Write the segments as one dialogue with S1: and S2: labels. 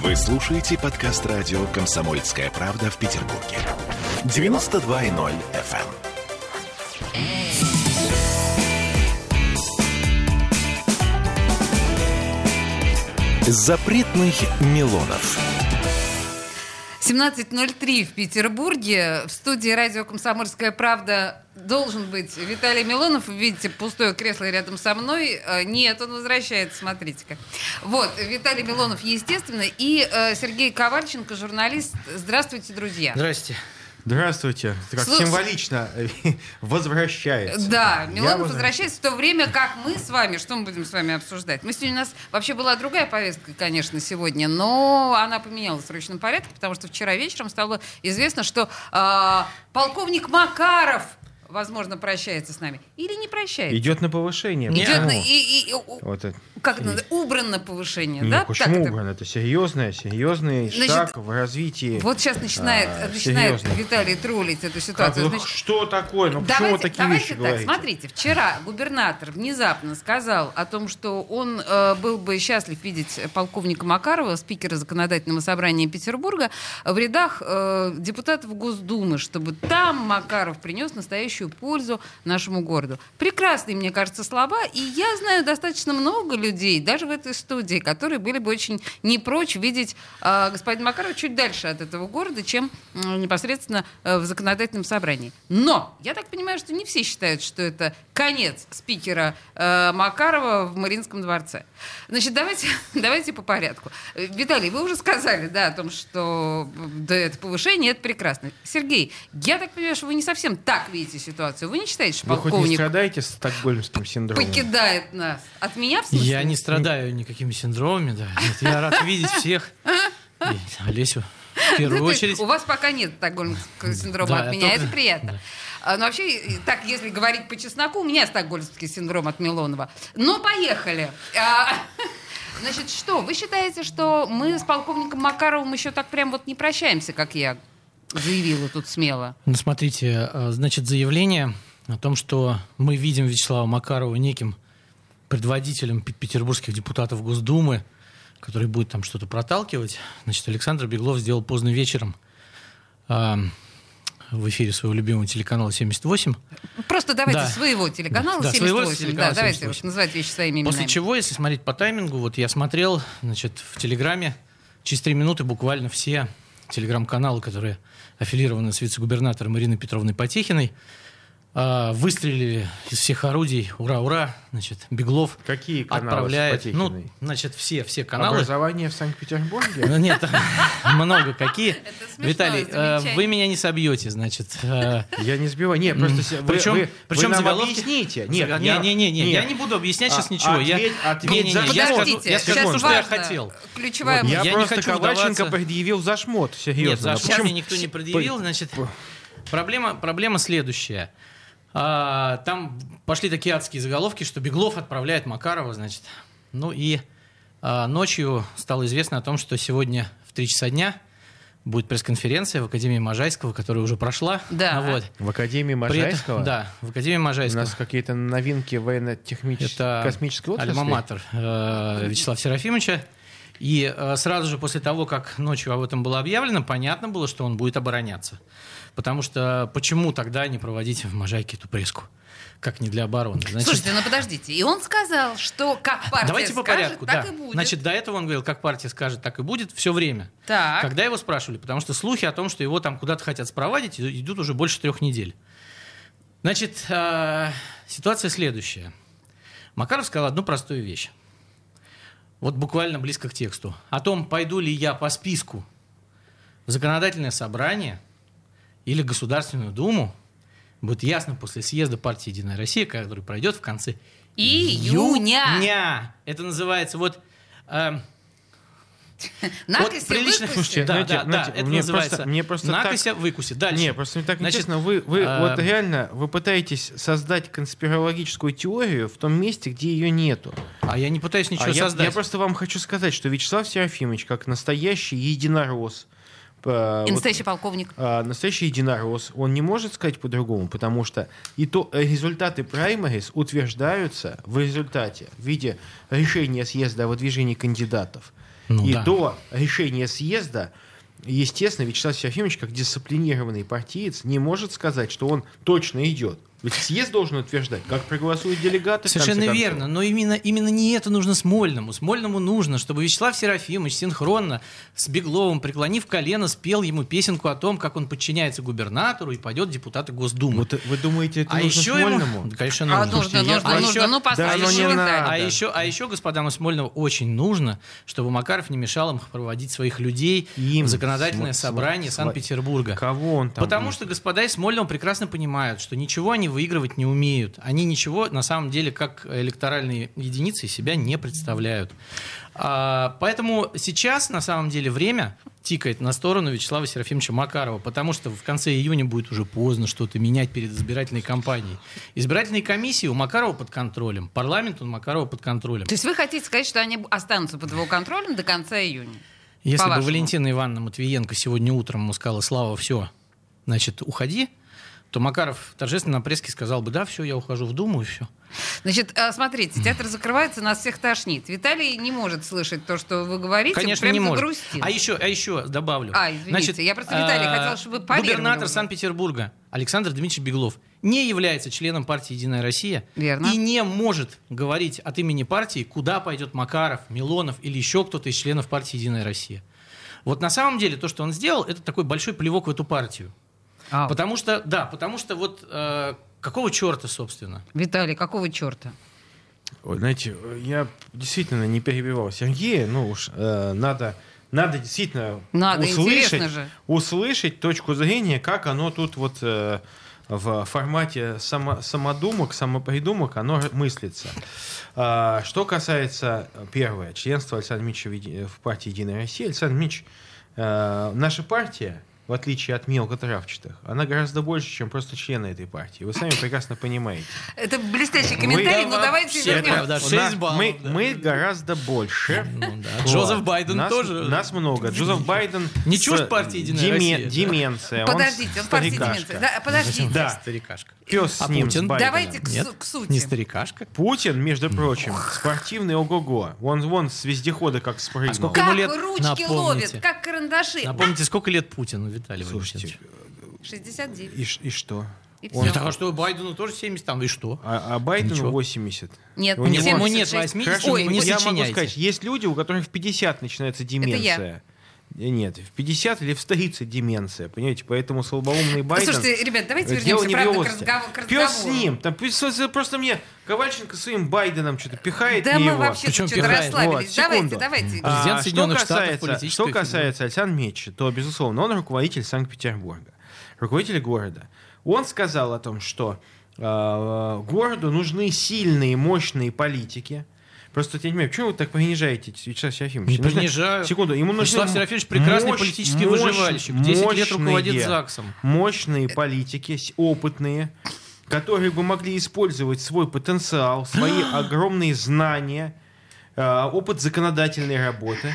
S1: Вы слушаете подкаст радио «Комсомольская правда» в Петербурге. 92.0 FM. Запретных Милонов.
S2: 17.03 в Петербурге. В студии радио «Комсомольская правда» должен быть Виталий Милонов. Вы Видите, пустое кресло рядом со мной. Э, Нет, он возвращается, смотрите-ка. Вот, Виталий Милонов, естественно, и э, Сергей Ковальченко, журналист. Здравствуйте, друзья.
S3: Здрасте.
S4: Здравствуйте. Это Как
S2: Слу-
S4: символично возвращается.
S2: Э, Да,
S4: Я
S2: Милонов
S4: возра-
S2: возвращается в то время, как мы с вами, что мы будем с вами обсуждать. Мы сегодня у нас вообще была другая повестка, конечно, сегодня, но она поменялась в срочном порядке, потому что вчера вечером стало известно, что а, полковник Макаров, возможно, прощается с нами или не прощается.
S4: Идет на повышение.
S3: Не-
S2: Идет
S3: а.
S2: на- и- и- и- у-
S4: Вот это.
S2: как это надо, убрано повышение,
S4: Ну,
S2: да?
S4: почему
S2: Так это-
S4: убрано? Это серьезное, серьезный
S2: Значит,
S4: шаг в развитии.
S2: Вот сейчас начинает,
S4: А,
S2: начинает
S4: серьезно.
S2: Виталий троллить эту
S4: Как-
S2: ситуацию. Значит,
S4: что такое? Ну почему вы
S2: Давайте,
S4: такие
S2: давайте
S4: вещи
S2: так,
S4: говорите?
S2: смотрите, вчера губернатор внезапно сказал о том, что он э, был бы счастлив видеть полковника Макарова, спикера законодательного собрания Петербурга, в рядах э, депутатов Госдумы, чтобы там Макаров принес настоящую пользу нашему городу. Прекрасные, мне кажется, слова, и я знаю достаточно много людей, даже в этой студии, которые были бы очень не прочь видеть э, господина Макарова чуть дальше от этого города, чем м, непосредственно э, в законодательном собрании. Но я так понимаю, что не все считают, что это конец спикера э, Макарова в Мариинском дворце. Значит, давайте, давайте по порядку. Э, Виталий, вы уже сказали, да, о том, что м, да, это повышение, это прекрасно. Сергей, я так понимаю, что вы не совсем так видите ситуацию. Вы не считаете, что
S4: Вы хоть не
S2: полковник
S4: страдаете стокгольмским синдромом?
S2: покидает нас? От меня, в смысле?
S3: Я не страдаю никакими синдромами, да. Нет, я рад видеть всех. И Олесю в
S2: Ну,
S3: первую
S2: то есть
S3: очередь.
S2: У вас пока нет стокгольмского синдрома
S3: Да,
S2: от
S3: я
S2: меня,
S3: только-
S2: это приятно.
S3: да.
S2: А, Ну, вообще, и- так, если говорить по чесноку, у меня стокгольмский синдром от Милонова. Ну, поехали. А, Значит, что, вы считаете, что мы с полковником Макаровым еще так прям вот не прощаемся, как я заявила тут смело?
S3: Ну, смотрите, э, значит, заявление о том, что мы видим Вячеслава Макарова неким предводителем пе- петербургских депутатов Госдумы, который будет там что-то проталкивать, значит, Александр Беглов сделал поздно вечером э, в эфире своего любимого телеканала «78».
S2: Просто давайте
S3: Да.
S2: своего телеканала
S3: Да,
S2: 78.
S3: своего
S2: да,
S3: телеканала
S2: давайте
S3: 78.
S2: уж называть вещи своими именами.
S3: После чего, если смотреть по таймингу, вот я смотрел, значит, в Телеграме через три минуты буквально все телеграм-каналы, которые аффилированы с вице-губернатором Ириной Петровной Потехиной, а, выстрелили из всех орудий. Ура, ура! Значит, Беглов
S4: Какие каналы с
S3: отправляет. Ну,
S4: Потехиной?
S3: значит, все, все каналы.
S4: Образование в Санкт-Петербурге?
S3: Ну, Нет, там много какие.
S2: смешное
S3: Виталий, э,
S2: замечание.
S3: вы меня не собьете, значит. э,
S4: Я не сбиваю. Нет, просто се- вы,
S3: Причем-
S4: вы- вы
S3: причем
S4: нам
S3: заголовки-
S4: объясните.
S3: Нет,
S4: Нет, я-
S3: не, не, не, я не буду объяснять сейчас
S4: А,
S3: ничего. Я-
S4: ответь- ответь
S3: Не, не, не,
S4: за
S3: Ну, я
S4: что?
S3: скажу-
S2: Подождите,
S3: я скажу
S2: сейчас
S3: то, что я
S2: важно.
S3: хотел.
S2: Ключевая
S3: Вот
S2: мысль.
S4: Я,
S3: Я не
S4: просто
S3: хочу
S4: Ковальченко
S3: вдаваться-
S4: предъявил за шмот, серьезно.
S3: Нет, за
S4: Ну,
S3: ошибки
S4: почему-
S3: никто не предъявил. Значит, проблема, проблема следующая. А, там пошли такие адские заголовки, что Беглов отправляет Макарова, значит. Ну и а, ночью стало известно о том, что сегодня в 3 часа дня будет пресс-конференция в Академии Можайского, которая уже прошла.
S2: Да.
S3: А Вот.
S4: В Академии
S3: При этом-
S4: Можайского?
S3: да, в Академии
S4: У
S3: Можайского.
S4: нас какие-то новинки военно-технической
S3: Это
S4: космической отрасли.
S3: Альма-матер э, Вячеслава Серафимовича. И э, сразу же после того, как ночью об этом было объявлено, понятно было, что он будет обороняться. Потому что почему тогда не проводить в Можайке эту преску? Как не для обороны? Значит,
S2: Слушайте, ну подождите. И он сказал, что как партия
S3: давайте по
S2: скажет,
S3: порядку.
S2: так
S3: да.
S2: и будет.
S3: Значит, до этого он говорил, как партия скажет, так и будет все время.
S2: так.
S3: Когда его спрашивали? Потому что слухи о том, что его там куда-то хотят спровадить, и- идут уже больше трех недель. Значит, э, ситуация следующая. Макаров сказал одну простую вещь. Вот буквально близко к тексту. О том, пойду ли я по списку в законодательное собрание или Государственную Думу, будет ясно после съезда партии «Единая Россия», который пройдет в конце
S2: Июня.
S3: июня. Это называется вот... эм,
S2: Накоси,
S3: при личных
S2: выкуси.
S4: Слушайте,
S3: Да,
S4: знаете,
S3: да, да,
S4: знаете,
S3: это
S4: ну, типа, мне
S3: называется
S4: просто- мне просто так-
S3: накося выкуси. Дальше.
S4: Не, просто мне так
S3: Значит,
S4: интересно. Вы, вы
S3: э,
S4: вот реально, вы пытаетесь создать конспирологическую теорию в том месте, где ее нету.
S3: А я не пытаюсь ничего
S4: А я,
S3: создать.
S4: я просто вам хочу сказать, что Вячеслав Серафимович, как настоящий единорос, э,
S2: И
S4: вот,
S2: настоящий полковник.
S4: а, настоящий единорос, он не может сказать по-другому, потому что и то, э, результаты праймарис утверждаются в результате в виде решения съезда о выдвижении кандидатов.
S3: Ну
S4: и
S3: да.
S4: до решения съезда, естественно, Вячеслав Серафимович, как дисциплинированный партиец, не может сказать, что он точно идет. Ведь съезд должен утверждать, как проголосуют делегаты. в
S3: Совершенно
S4: конце концов.
S3: верно, но именно, именно не это нужно Смольному. Смольному нужно, чтобы Вячеслав Серафимович синхронно с Бегловым, преклонив колено, спел ему песенку о том, как он подчиняется губернатору и пойдет в депутаты Госдумы.
S4: Вот э, вы думаете, это
S3: а
S4: нужно
S3: еще
S4: Смольному?
S3: ему... Да,
S2: А
S3: Конечно, нужно.
S2: нужно,
S3: Слушайте, я-
S2: нужно,
S3: а
S2: нужно.
S3: еще-
S2: Ну, поставили,
S4: оно не
S2: ну, и
S4: надо.
S2: так.
S3: А
S4: да.
S3: еще, а еще господам из Смольного очень нужно, чтобы Макаров не мешал им проводить своих людей
S4: Им.
S3: в законодательное
S4: Смо-
S3: собрание
S4: смо-
S3: Санкт-Петербурга.
S4: Кого он там?
S3: Потому
S4: будет?
S3: что господа из Смольного прекрасно понимают, что ничего они выигрывать не умеют. Они ничего, на самом деле, как электоральные единицы из себя не представляют. А, поэтому сейчас, на самом деле, время тикает на сторону Вячеслава Серафимовича Макарова, потому что в конце июня будет уже поздно что-то менять перед избирательной кампанией. Избирательные комиссии у Макарова под контролем, парламент у Макарова под контролем.
S2: То есть вы хотите сказать, что они останутся под его контролем до конца июня?
S3: Если бы
S2: По-вашему.
S3: Валентина Ивановна Матвиенко сегодня утром ему сказала «Слава, все, значит, уходи», то Макаров торжественно на преске сказал бы «Да, все, я ухожу в Думу, и все».
S2: Значит, э, смотрите, театр закрывается, нас всех тошнит. Виталий не может слышать то, что вы говорите, он
S3: Конечно,
S2: прям
S3: не может.
S2: загрустил.
S3: А еще, а еще добавлю.
S2: А, извините, я просто, Виталий,
S3: а,
S2: хотела, чтобы вы поверили
S3: Губернатор
S2: мне.
S3: Санкт-Петербурга Александр Дмитриевич Беглов не является членом партии «Единая Россия»
S2: Верно.
S3: и не может говорить от имени партии, куда пойдет Макаров, Милонов или еще кто-то из членов партии «Единая Россия». Вот на самом деле то, что он сделал, это такой большой плевок в эту партию.
S2: А,
S3: Потому что, да, потому что вот э, какого черта, собственно?
S2: Виталий, какого черта?
S4: Ой, Знаете, я действительно не перебивал Сергея, ну уж э, надо, надо действительно
S2: Надо,
S4: услышать,
S2: интересно же.
S4: услышать точку зрения, как оно тут вот э, в формате само, самодумок, самопридумок оно мыслится. А, что касается, первое, членства Александра Дмитриевича в Еди- в партии «Единая Россия», Александр Дмитриевич, э, наша партия, в отличие от мелкотравчатых, она гораздо больше, чем просто члены этой партии. Вы сами прекрасно понимаете.
S2: Это блестящий комментарий, но
S3: да,
S2: давайте
S3: вообще,
S2: вернемся.
S3: правда. Да,
S4: У
S3: шесть
S4: нас-
S3: баллов,
S4: Мы,
S3: да.
S4: мы гораздо больше. Вот.
S3: Ну Джозеф Байден
S4: Нас-
S3: тоже.
S4: Нас много. Джозеф Байден...
S3: Не
S4: с-
S3: чужд партии «Единая
S4: демен-
S3: Россия», да?
S4: Деменция. он
S2: Подождите, он партии
S4: старикашка.
S2: деменция. Да, подождите.
S4: Да.
S3: Старикашка.
S4: Пес
S3: А
S4: с ним, с
S3: Путин?
S4: Байденом.
S2: Давайте к,
S3: Нет,
S2: су- к сути.
S3: Не старикашка.
S4: Путин, между прочим, спортивный ого-го. Он вон с вездехода как спрыгнул.
S3: А сколько-
S2: Как
S3: Ему лет-
S2: ручки
S3: напомните.
S2: ловят, как карандаши.
S3: Э, Напомните, сколько лет Путину, Виталий Валентинович?
S4: Слушайте,
S2: 69.
S4: и, ш- и что?
S2: И
S3: Он-
S2: всё.
S3: Так, а что, Байдену тоже 70 там, и что?
S4: А, а Байдену
S3: Ничего.
S4: 80.
S2: Нет,
S4: У него-
S3: Ему нет
S2: 76.
S3: 80,
S2: Ой,
S3: у него не
S4: я могу
S3: сочиняйте.
S4: сказать, есть люди, у которых в 50 начинается деменция. Нет, в 50 или в 30 деменция, понимаете? Поэтому слабоумный Байден...
S2: Слушайте, ребят, давайте
S4: Дело
S2: вернемся
S4: не в
S2: правда,
S4: его
S2: к,
S4: росте.
S2: разговор- к разговору.
S4: Пес с ним. Там пес- просто мне Ковальченко своим Байденом что-то пихает.
S2: Да
S4: мне
S2: мы
S4: его.
S2: вообще
S3: Причем
S2: что-то
S3: пихает.
S2: расслабились.
S4: Вот,
S2: давайте,
S4: секунду.
S2: давайте.
S3: А, Президент
S4: что
S3: Соединенных Штатов,
S4: касается-
S3: политическая
S4: Что
S3: фигура.
S4: касается Александра Мечи, то, безусловно, он руководитель Санкт-Петербурга, руководитель города. Он сказал о том, что э, городу нужны сильные, мощные политики. Просто я не понимаю, почему вы так понижаете Вячеслава Серафимовича?
S3: Не
S4: Нужны-
S3: понижаю.
S4: Секунду, ему нужны
S3: Вячеслав Серафимович прекрасный
S4: мощь-
S3: политический
S4: мощь-
S3: выживальщик. 10 лет руководит
S4: мощные-
S3: ЗАГСом.
S4: мощные политики, с- опытные, которые бы могли использовать свой потенциал, свои огромные знания, э, опыт законодательной работы,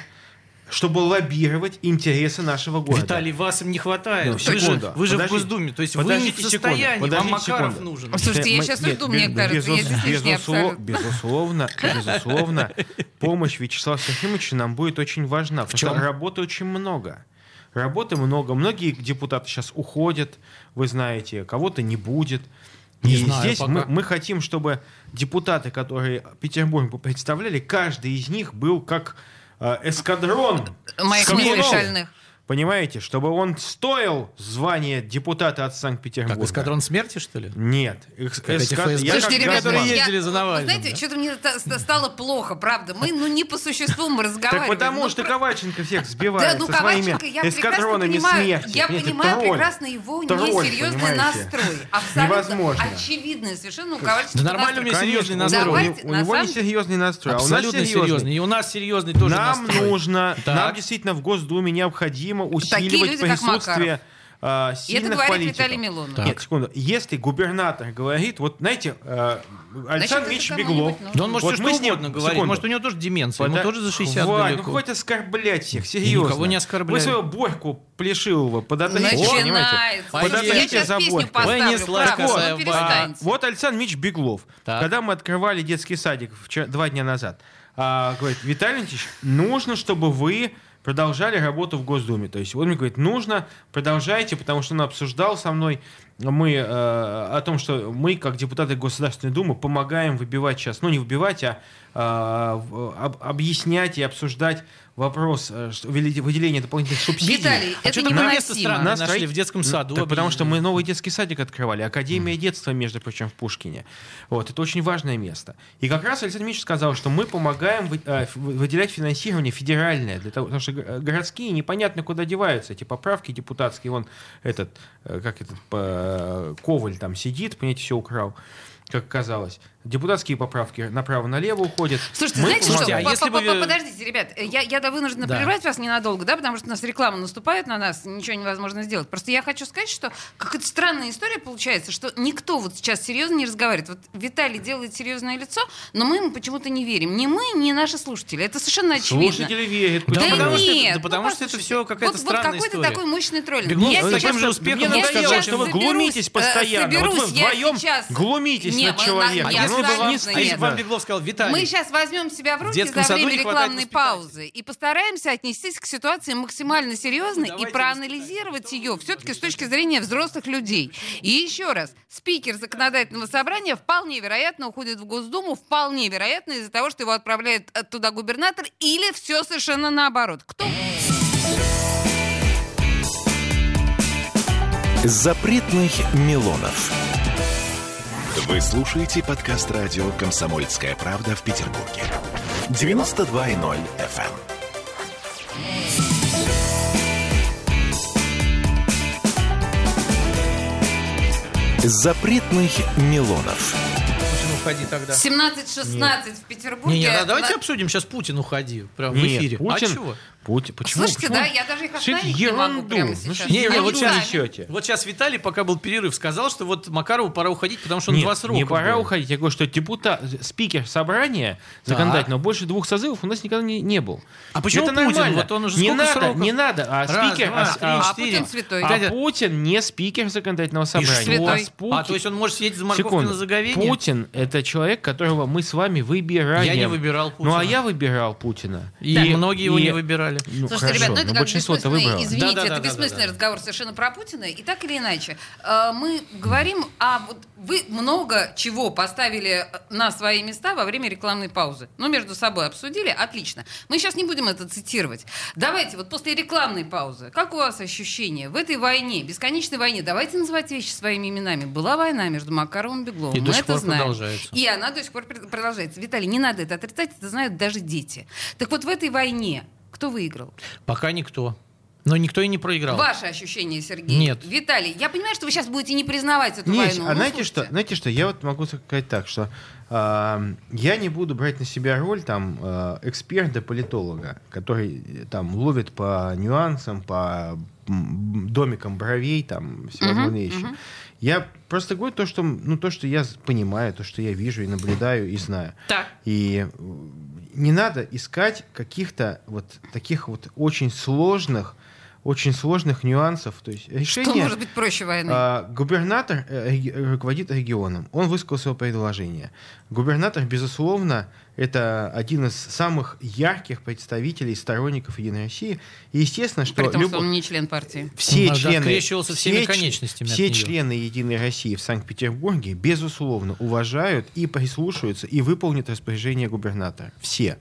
S4: чтобы лоббировать интересы нашего города.
S3: Виталий, вас им не хватает.
S4: Ну,
S3: вы же,
S4: секунду,
S3: вы же в
S4: подождите.
S3: Госдуме, то есть вы не
S4: Подождите
S3: в
S4: секунду,
S3: состоянии, вам
S4: подождите
S3: Макаров
S4: секунду.
S3: нужен.
S2: Слушайте, я
S4: Э, Мы-
S2: сейчас
S4: нет,
S2: уйду,
S4: бе-
S2: мне кажется, я
S4: безус-
S2: здесь лишняя
S4: безусло-
S2: абсолютно.
S4: Безусловно, безусловно, помощь Вячеслава Сахимовича нам будет очень важна, потому
S3: чем?
S4: что работы очень много. Работы много. Многие депутаты сейчас уходят, вы знаете, кого-то не будет.
S3: Не
S4: И
S3: знаю
S4: здесь
S3: пока.
S4: мы, мы хотим, чтобы депутаты, которые Петербург бы представляли, каждый из них был как э, эскадрон
S2: Моих
S4: скакунов.
S2: мыслей шальных.
S4: Понимаете, чтобы он стоил звание депутата от Санкт-Петербурга.
S3: Как эскадрон смерти, что
S4: А,
S3: ли?
S4: Нет. Экс-
S3: Как эти
S4: эскад- я
S3: ФСБшники,
S4: как
S2: Слушайте, ребята,
S4: газман.
S3: которые ездили за
S2: вот
S3: Навальным,
S2: Знаете,
S3: да?
S2: что-то мне та- ста- стало плохо, правда. Мы, ну, не по существу мы разговариваем.
S4: Так потому
S2: Ну,
S4: что
S2: про-
S4: Ковальченко всех
S2: Да,
S4: сбивает
S2: ну
S4: со своими
S2: Ковальченко, я прекрасно
S4: эскадронами
S2: понимаю,
S4: смерти.
S2: я
S4: Понимаете,
S2: понимаю
S4: тролль.
S2: прекрасно его
S4: Тролль,
S2: несерьезный
S4: понимаете?
S2: настрой. Абсолютно
S4: Невозможно.
S2: очевидный совершенно у Ковальченко
S3: Да нормально у
S2: настрой.
S3: меня серьезный
S4: Конечно,
S3: настрой.
S4: у него-
S2: Давайте,
S4: У
S2: на
S4: него
S2: самом-
S4: не серьезный настрой, а у нас
S3: Абсолютно серьезный. И у нас серьезный тоже
S4: Нам
S3: настрой.
S4: нужно,
S3: Так.
S4: нам действительно в Госдуме необходимо усиливать
S2: люди, как
S4: присутствие э, сильных
S2: это говорит
S4: политиков.
S2: Виталий Милонов.
S3: Так.
S4: Нет, секунду. Если губернатор говорит, вот знаете, э, Александр
S2: это
S4: Ильич
S2: кому-нибудь
S4: Беглов.
S2: нужно.
S3: Да он может
S4: Вот
S3: все
S4: мы
S3: что
S4: с ним-
S3: угодно говорить.
S4: секунду.
S3: Может, у него тоже деменция, ему
S4: Пода-
S3: тоже за 60
S4: Вань,
S3: далеко.
S4: ну хватит оскорблять всех, серьезно.
S3: Никого не оскорбляю.
S4: Вы своего Борьку Плешилова подотрите, понимаете?
S2: Начинается. Я
S4: Подотрите
S2: сейчас
S4: за
S2: песню
S4: Борьку.
S2: поставлю.
S3: Вынесла
S2: правда, ну
S3: косая
S2: перестаньте.
S4: А, Вот Александр Мич Беглов.
S3: Так.
S4: Когда мы открывали детский садик вчера, два дня назад, а, говорит, Виталий Ильич, нужно, чтобы вы продолжали работу в Госдуме. То есть он мне говорит, нужно, продолжайте, потому что он обсуждал со мной мы э, о том, что мы, как депутаты Государственной Думы, помогаем выбивать сейчас, ну не выбивать, а э, в- об- объяснять и обсуждать вопрос э, что- ввели- выделения дополнительных субсидий.
S2: Виталий,
S3: А
S2: это
S3: что-то мы место
S2: невыносимо.
S3: странное. нашли в детском саду,
S4: Да, потому что
S3: объявили.
S4: мы новый детский садик открывали, Академия детства, между прочим, в Пушкине. Вот, это очень важное место. И как раз Александр Мич сказал, что мы помогаем вы- э, ф- вы- выделять финансирование федеральное, для того, потому что г- э, городские непонятно куда деваются, эти поправки депутатские, вон этот, э, как этот, по- Коваль там сидит, понимаете, все украл как оказалось. Депутатские поправки направо-налево уходят.
S2: Слушайте,
S4: Мы
S2: знаете
S3: Слушайте,
S2: что?
S3: а
S2: По-
S3: если
S2: по-
S3: бы
S2: по-
S3: вы-
S2: Подождите, ребят, э, я, я да, вынуждена
S3: Да.
S2: прервать вас ненадолго, да, потому что у нас реклама наступает на нас, ничего невозможно сделать. Просто я хочу сказать, что какая-то странная история получается, что никто вот сейчас серьезно не разговаривает. Вот Виталий делает серьезное лицо, но мы ему почему-то не верим. Ни мы, ни наши слушатели. Это совершенно очевидно.
S4: Слушатели верят.
S3: Да
S4: Почему?
S3: потому
S2: нет,
S3: что это- да
S2: ну,
S3: потому что это
S2: послушайте,
S3: всё какая-то
S2: вот,
S3: странная
S2: Вот какой-то
S3: история.
S2: такой мощный троллинг.
S3: Беглов
S2: Я
S3: с
S2: сейчас-
S3: таким же успехом
S4: мне
S2: я
S4: надоело,
S2: сейчас
S4: что вы
S2: соберусь,
S4: глумитесь
S2: э,
S4: постоянно. вот
S2: соберусь
S4: вы
S2: я
S4: вдвоем
S2: сейчас.
S4: глумитесь
S2: Не,
S4: над
S2: мы-
S4: человеком.
S2: на- я
S4: ну, вы
S2: абсолютно
S4: волнистый,
S3: А если
S2: нет.
S3: бы вам Беглов сказал, Виталий,
S2: Мы сейчас возьмем себя в
S3: В
S2: руки
S3: детском
S2: за
S3: саду
S2: время
S3: не хватает
S2: рекламной
S3: воспитателей.
S2: паузы и постараемся отнестись к ситуации максимально серьезно
S3: Ну,
S2: и
S3: давайте
S2: проанализировать ее все-таки с точки зрения взрослых людей. И еще раз, спикер законодательного собрания вполне вероятно уходит в Госдуму, вполне вероятно из-за того, что его отправляет э, туда губернатор, или все совершенно наоборот. Кто
S1: Запретных Милонов. Вы слушаете подкаст радио «Комсомольская правда» в Петербурге. 92.0 FM. Запретных Милонов.
S3: Путин, уходи тогда.
S2: 17-16 в Петербурге?
S3: Не, не, да, давайте
S2: На-
S3: обсудим сейчас Путин уходи, прям в
S4: Нет,
S3: эфире.
S4: Путин-
S3: А чего?
S4: Пути- Почему?
S2: Слушайте,
S4: Почему?
S2: да, я даже их
S4: Что это
S2: остановить не могу
S4: ерунду?
S2: прямо
S4: Ну,
S2: сейчас.
S4: что
S3: Не,
S2: Они
S3: не, вот сейчас
S2: сами.
S4: несете?
S3: Вот сейчас Виталий, пока был перерыв, сказал, что вот Макарову пора уходить, потому что он
S4: Нет,
S3: два срока.
S4: не пора
S3: был.
S4: уходить. Я говорю, что депутат, э, спикер собрания законодательного больше двух созывов у нас никогда не, не был.
S3: А почему
S4: Это
S3: Путин?
S4: нормально.
S3: Вот он уже
S4: не
S3: сколько
S4: надо,
S3: сроков?
S4: не надо. А
S3: Раз,
S4: спикер,
S3: два,
S4: а,
S3: три,
S4: а-
S2: А
S3: четыре.
S2: Путин святой.
S4: а
S3: Дядя-
S4: Путин не спикер законодательного
S3: И
S4: собрания.
S3: что?
S4: А,
S2: святой.
S3: А, то есть он может съездить за морковкой
S4: Секунду.
S3: на заговение?
S4: Путин это человек, которого мы с вами выбираем.
S3: Я не выбирал Путина.
S4: Ну а я выбирал Путина.
S3: И многие его
S4: и-
S3: не выбирали.
S4: Ну,
S2: Слушайте,
S4: хорошо,
S2: ребят, ну это
S4: но
S2: как
S4: большинство-то
S2: бессмысленный,
S4: выбрало.
S2: извините,
S3: Да-да-да-да-да.
S2: это бессмысленный разговор совершенно про Путина. И так или иначе, э, мы говорим, а вот вы много чего поставили э, на свои места во время рекламной паузы. Ну, между собой обсудили, отлично. Мы сейчас не будем это цитировать. Давайте, вот после рекламной паузы, как у вас ощущение в этой войне, бесконечной войне, давайте называть вещи своими именами. Была война между Макаровым и Бегловым,
S3: И
S2: мы
S3: до сих
S2: это
S3: пор
S2: знаем.
S3: продолжается.
S2: И она до сих пор пред- продолжается. Виталий, не надо это отрицать, это знают даже дети. Так вот в этой войне кто выиграл?
S3: Пока никто. Но никто и не проиграл.
S2: Ваши ощущения, Сергей.
S3: Нет.
S2: Виталий, я понимаю, что вы сейчас будете не признавать эту
S4: Нет,
S2: войну.
S4: а
S2: Ну,
S4: знаете что?
S2: слушайте.
S4: Знаете что? Я вот могу сказать так, что а, я не буду брать на себя роль там а, эксперта-политолога, который э, там ловит по нюансам, по м, домикам бровей, там всевозможные вещи. Я просто говорю то, что м, ну то, что я з- понимаю, то, что я вижу и наблюдаю и знаю.
S2: Так.
S4: И м, не надо искать каких-то вот таких вот очень сложных, очень сложных нюансов. То есть решение.
S2: Что может быть проще войны?
S4: А, губернатор э, реги- руководит регионом. Он высказал свое предложение. Губернатор, безусловно, это один из самых ярких представителей сторонников Единой России. И естественно, что
S2: При том,
S4: любо-
S2: что он не член партии.
S4: все
S3: Он даже
S4: члены,
S3: открещивался всеми
S4: все ч-
S3: конечностями от
S4: все
S3: нее.
S4: члены Единой России в Санкт-Петербурге, безусловно, уважают и прислушиваются, и выполнят распоряжение губернатора. Все.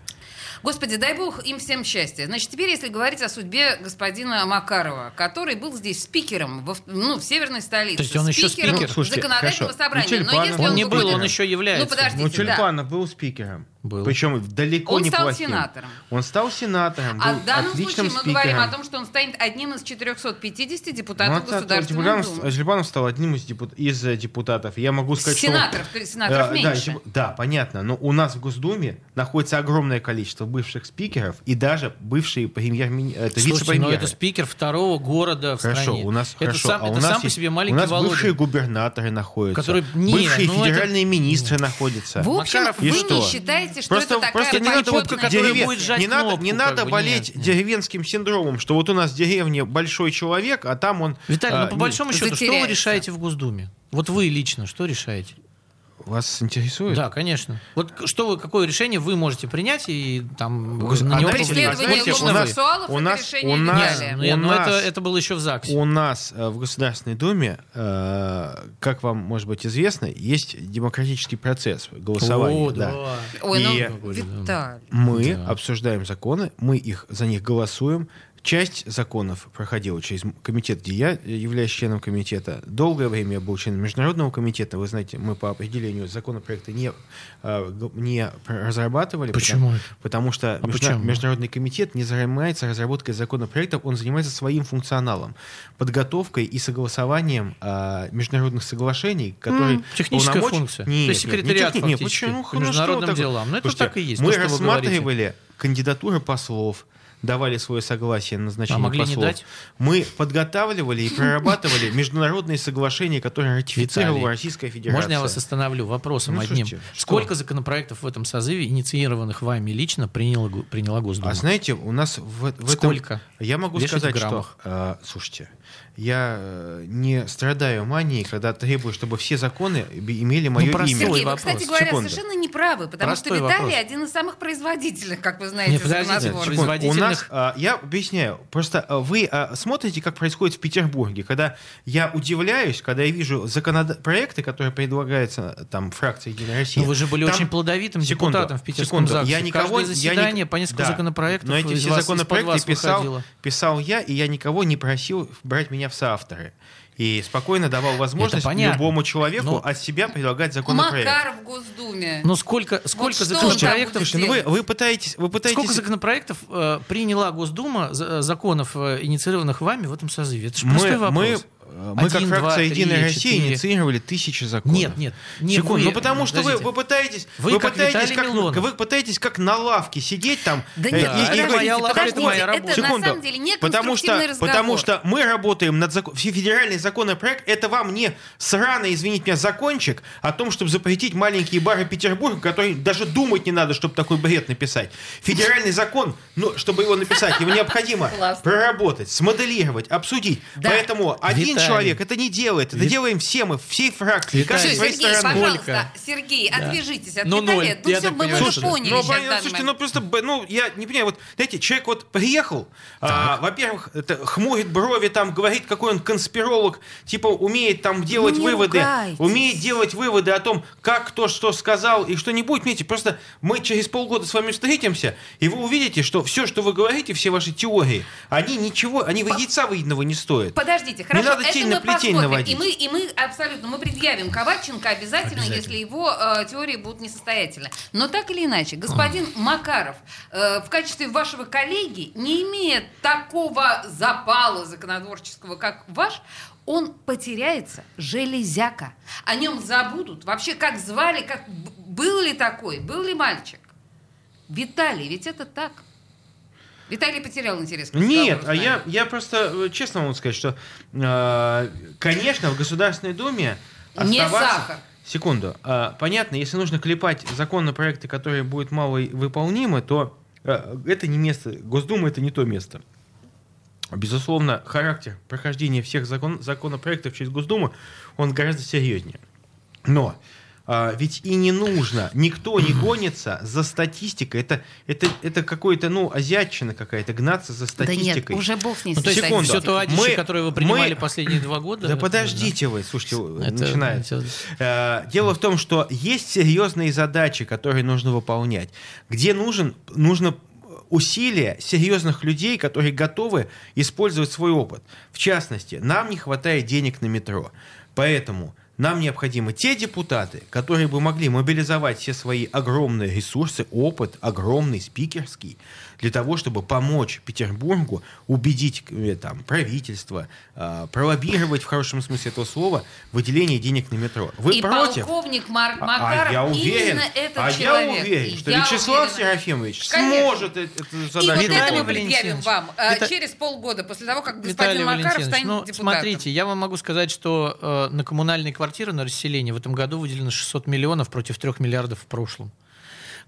S2: Господи, дай бог им всем счастья. Значит, теперь, если говорить о судьбе господина Макарова, который был здесь спикером во в- ну, в северной столице.
S3: То есть он еще спикер?
S4: Ну, слушайте,
S2: законодательного
S4: хорошо.
S2: собрания.
S4: Ну,
S2: Но
S4: Черепанов
S2: если
S4: он
S2: он,
S3: Он не
S4: был
S3: был,
S2: будет-
S3: он еще является.
S2: Ну, подождите,
S4: Ну,
S2: да.
S4: Тюльпанов был спикером.
S3: Был.
S4: Причем далеко
S2: Он
S4: не
S2: стал
S4: плохим.
S2: сенатором.
S4: Он стал сенатором,
S2: А
S4: был
S2: в данном
S4: отличным
S2: случае мы
S4: спикером.
S2: говорим о том, что он станет одним из 450 депутатов
S4: Ну, а
S2: Государственной
S4: Жильбанов-
S2: Думы.
S4: Жильбанов стал одним из, депут- из, э, депутатов. Я могу сказать, что он-
S2: Сенаторов, то есть сенаторов
S4: Э, да,
S2: меньше.
S4: типа- Да, понятно. Но у нас в Госдуме находится огромное количество бывших спикеров и даже бывшие премьер это
S3: Слушайте, но
S4: вице-премьеры.
S3: это спикер второго города в
S4: ну Хорошо,
S3: стране.
S4: у нас
S3: это
S4: хорошо.
S3: сам,
S4: а у
S3: это
S4: нас
S3: сам по
S4: есть-
S3: себе
S4: у
S3: маленький
S4: нас
S3: Володя.
S4: бывшие губернаторы находятся,
S3: Которые- не,
S4: бывшие
S3: ну это-
S4: федеральные министры находятся.
S2: В общем,
S3: Макаров
S2: вы
S4: и
S2: не
S4: что?
S2: считаете, что
S4: Просто,
S2: это такая
S4: просто не надо, вот
S2: почетная-
S3: как которая
S4: деревен-
S3: будет жать
S4: не надо, не
S3: кнопку,
S4: надо
S3: как бы,
S4: болеть
S3: нет, нет.
S4: деревенским синдромом, что вот у нас в деревне большой человек, а там он...
S3: Виталий,
S4: а,
S3: ну по
S4: не-
S3: большому счету, что вы
S2: Затеряется.
S3: решаете в Госдуме? Вот вы лично что решаете?
S4: ну, Вас интересует?
S3: Да, конечно. Вот к- что вы, какое решение вы можете принять и там
S4: Гос-
S3: на
S4: а
S3: него
S4: дайте-
S3: повлиять?
S2: Преследование
S3: Вот
S4: Знаете,
S3: лично вы.
S2: гомосексуалов
S4: у
S2: это
S4: нас-
S2: решение
S4: у нас-
S2: Виталия.
S3: Ну, я-
S4: у
S3: ну, это,
S4: нас-
S3: это было еще в ЗАГСе.
S4: У нас э, в Государственной Думе, э, как вам, может быть, известно, есть демократический процесс голосования.
S3: О,
S4: да.
S3: да.
S2: Ой, ну,
S4: И-
S2: Виталий.
S4: Мы
S3: Да.
S4: обсуждаем законы, мы их, за них голосуем. Часть законов проходила через м- комитет, где я э, являюсь членом комитета. Долгое время я был членом Международного комитета. Вы знаете, мы по определению законопроекта не, э, г- не пр- разрабатывали.
S3: Почему?
S4: Потому что
S3: А
S4: междуна-
S3: почему?
S4: Международный комитет не занимается разработкой законопроектов, он занимается своим функционалом, подготовкой и согласованием а, международных соглашений, которые...
S3: техническая
S4: полномочия-
S3: функция.
S4: Нет,
S3: То есть
S4: нет, не
S3: секретариат
S4: техни- нет,
S3: фактически
S4: почему?
S3: к
S4: Ну, что
S3: международным
S4: вы такое?
S3: делам. Ну, это
S4: Слушайте,
S3: так и есть, то,
S4: Мы
S3: что вы
S4: рассматривали кандидатуры послов, давали свое согласие на назначение
S3: А могли не
S4: послов.
S3: дать?
S4: Мы подготавливали и прорабатывали международные соглашения, которые ратифицировала
S3: Виталий,
S4: Российская Федерация.
S3: Можно я вас остановлю вопросом
S4: Ну,
S3: одним?
S4: слушайте, что?
S3: Сколько законопроектов в этом созыве, инициированных вами лично, приняла, Гу- приняла Госдума?
S4: А знаете, у нас в, в этом...
S3: Сколько?
S4: Я могу
S3: Вешать в
S4: сказать, что...
S3: граммах.
S4: э, слушайте, я э, не страдаю манией, когда требую, чтобы все законы би- имели мое
S3: Ну, простой
S4: имя.
S3: Ой,
S2: Сергей, вы,
S3: вопрос.
S2: кстати говоря,
S4: Секунду.
S2: совершенно неправы, потому
S3: Простой
S2: что Виталий
S3: вопрос.
S2: один из самых производительных, как вы знаете,
S3: Не, подождите,
S4: Нет,
S2: законотворцев.
S3: секунду.
S4: секунд, У нас,
S3: Производительных-
S4: а, я объясняю, просто а, вы а, смотрите, как происходит в Петербурге, когда я удивляюсь, когда я вижу законод... проекты, которые предлагаются а, там фракции «Единая Россия».
S3: Ну, вы же были
S4: Там-
S3: очень плодовитым
S4: Секунду,
S3: депутатом в Питерском
S4: секунду.
S3: ЗАГСе.
S4: Я никого,
S3: Каждое
S4: я ник-
S3: заседание по несколько
S4: Да.
S3: законопроектов
S4: Но эти
S3: из
S4: все
S3: вас, из-под вас
S4: законопроекты писал,
S3: выходило.
S4: писал я, и я никого не просил брать меня в соавторы. И спокойно давал возможность
S3: понятно.
S4: любому человеку
S3: Но-
S4: от себя предлагать законопроект.
S2: Макар в Госдуме.
S3: Но Ну, сколько, сколько
S2: что он там
S3: законопроектов...
S2: будет
S4: Слушайте, ну вы, вы пытаетесь... Вы пытаетесь...
S3: Сколько законопроектов э, приняла Госдума, за- э, законов, э, инициированных вами в этом созыве? Это же простой
S4: мы,
S3: вопрос.
S4: мы, э, мы как
S3: Один, два,
S4: фракция
S3: три,
S4: «Единая Россия»
S3: четыре.
S4: инициировали тысячи законов.
S3: Нет, нет. не
S4: Секунду,
S3: вы,
S4: ну потому что вы,
S3: подождите.
S4: вы пытаетесь,
S3: Вы как
S4: пытаетесь
S3: Виталий Милонов.
S4: вы пытаетесь как на лавке сидеть там.
S2: Да
S4: э,
S2: нет,
S4: и-
S3: это
S4: и- и-
S2: подождите,
S3: моя лавка, это
S2: подождите,
S3: моя работа.
S2: это
S4: Секунду.
S2: на самом деле не
S4: потому что,
S2: конструктивный разговор.
S4: потому что мы работаем над закон... все федеральный законопроект. Это вам не сраный, извините меня, закончик о том, чтобы запретить маленькие бары Петербурга, которые даже думать не надо, чтобы такой бред написать. Федеральный закон, ну, чтобы его написать, его необходимо
S2: Классно.
S4: проработать, смоделировать, обсудить.
S2: Да.
S4: Поэтому один
S3: Виталий.
S4: человек это не делает. Это
S3: Вит-
S4: делаем все мы, всей фракции.
S3: Виталий.
S4: каждый
S2: Всё,
S4: со своей
S2: Сергей,
S4: стороны.
S2: пожалуйста, Сергей, отвяжитесь от
S3: Ну,
S2: Виталия.
S3: ноль.
S2: Ну,
S3: Я
S2: все,
S3: так
S2: мы
S3: понимаю,
S2: уже
S3: что-
S2: поняли
S4: Ну,
S2: сейчас
S4: понятно,
S2: данный
S4: слушайте, ну
S2: момент.
S4: просто, б- ну, я не понимаю, вот, знаете, человек вот приехал, а, во-первых, это хмурит брови, там, говорит, какой он конспиролог, типа, умеет там делать
S2: не
S4: выводы,
S2: ругайтесь.
S4: умеет делать выводы о том, как кто что сказал и что не будет. Видите, просто мы через полгода с вами встретимся, и вы увидите, что все, что вы говорите, все ваши теории, они ничего, они вы яйца выеденного не стоят.
S2: Подождите, хорошо,
S4: надо
S2: это
S4: тень
S2: мы
S4: на плетень
S2: посмотрим.
S4: наводить.
S2: И мы, и мы абсолютно, мы предъявим Ковальченко обязательно, если его э, теории будут несостоятельны. Но так или иначе, господин Макаров э, в качестве вашего коллеги, не имея такого запала законотворческого, как ваш, он потеряется железяка. О нем забудут. Вообще, как звали, как б- был ли такой, был ли мальчик. Виталий, ведь это так. Виталий потерял интерес. к
S4: Нет,
S2: разговору с
S4: а
S2: нами.
S4: я, я просто э, честно могу сказать, что, э, конечно, в Государственной Думе
S2: Не
S4: оставаться-
S2: сахар.
S4: Секунду. Э, понятно, если нужно клепать законопроекты, которые будут мало выполнимы, то э, это не место. Госдума это не то место. Безусловно, характер прохождения всех закон, законопроектов через Госдуму, он гораздо серьезнее. Но а, ведь и не нужно, никто не гонится за статистикой. Это, это, это какое-то, ну, азиатчина какая-то, гнаться за
S2: Да нет,
S4: статистикой.
S2: уже бог с ней
S3: Ну, то есть
S4: Секунду.
S3: все то одище,
S4: Мы-
S3: которое вы принимали
S4: мы-
S3: последние два года...
S4: Да
S3: это,
S4: подождите вы, слушайте,
S3: да, это-
S4: начинается.
S3: это-
S4: Э, Дело в том, что есть серьезные задачи, которые нужно выполнять, где нужен, нужно усилия серьезных людей, которые готовы использовать свой опыт. В частности, нам не хватает денег на метро. Поэтому Нам необходимы те депутаты, которые бы могли мобилизовать все свои огромные ресурсы, опыт, огромный спикерский, для того, чтобы помочь Петербургу убедить э, там, правительство, э, пролоббировать в хорошем смысле этого слова выделение денег на метро. Вы
S2: и
S4: против?
S2: полковник Мар-
S4: А-
S2: Макаров
S4: а я уверен,
S2: именно этот
S4: а
S2: человек.
S4: я
S2: И
S4: уверен, что
S2: я
S4: Вячеслав
S2: уверена.
S4: Серафимович
S2: Конечно.
S4: сможет э- эту
S2: И вот
S4: задачу
S2: это
S3: Виталий
S2: мы
S4: выполнить.
S2: предъявим
S3: Валентинович,
S2: вам э,
S3: Вита-
S2: через полгода, после того, как господин
S3: Виталий
S2: Макаров
S3: Валентинович,
S2: станет
S3: ну,
S2: депутатом.
S3: смотрите, я вам могу сказать, что э, на коммунальные квартиры, на расселение в этом году выделено 600 миллионов против 3 миллиардов в прошлом.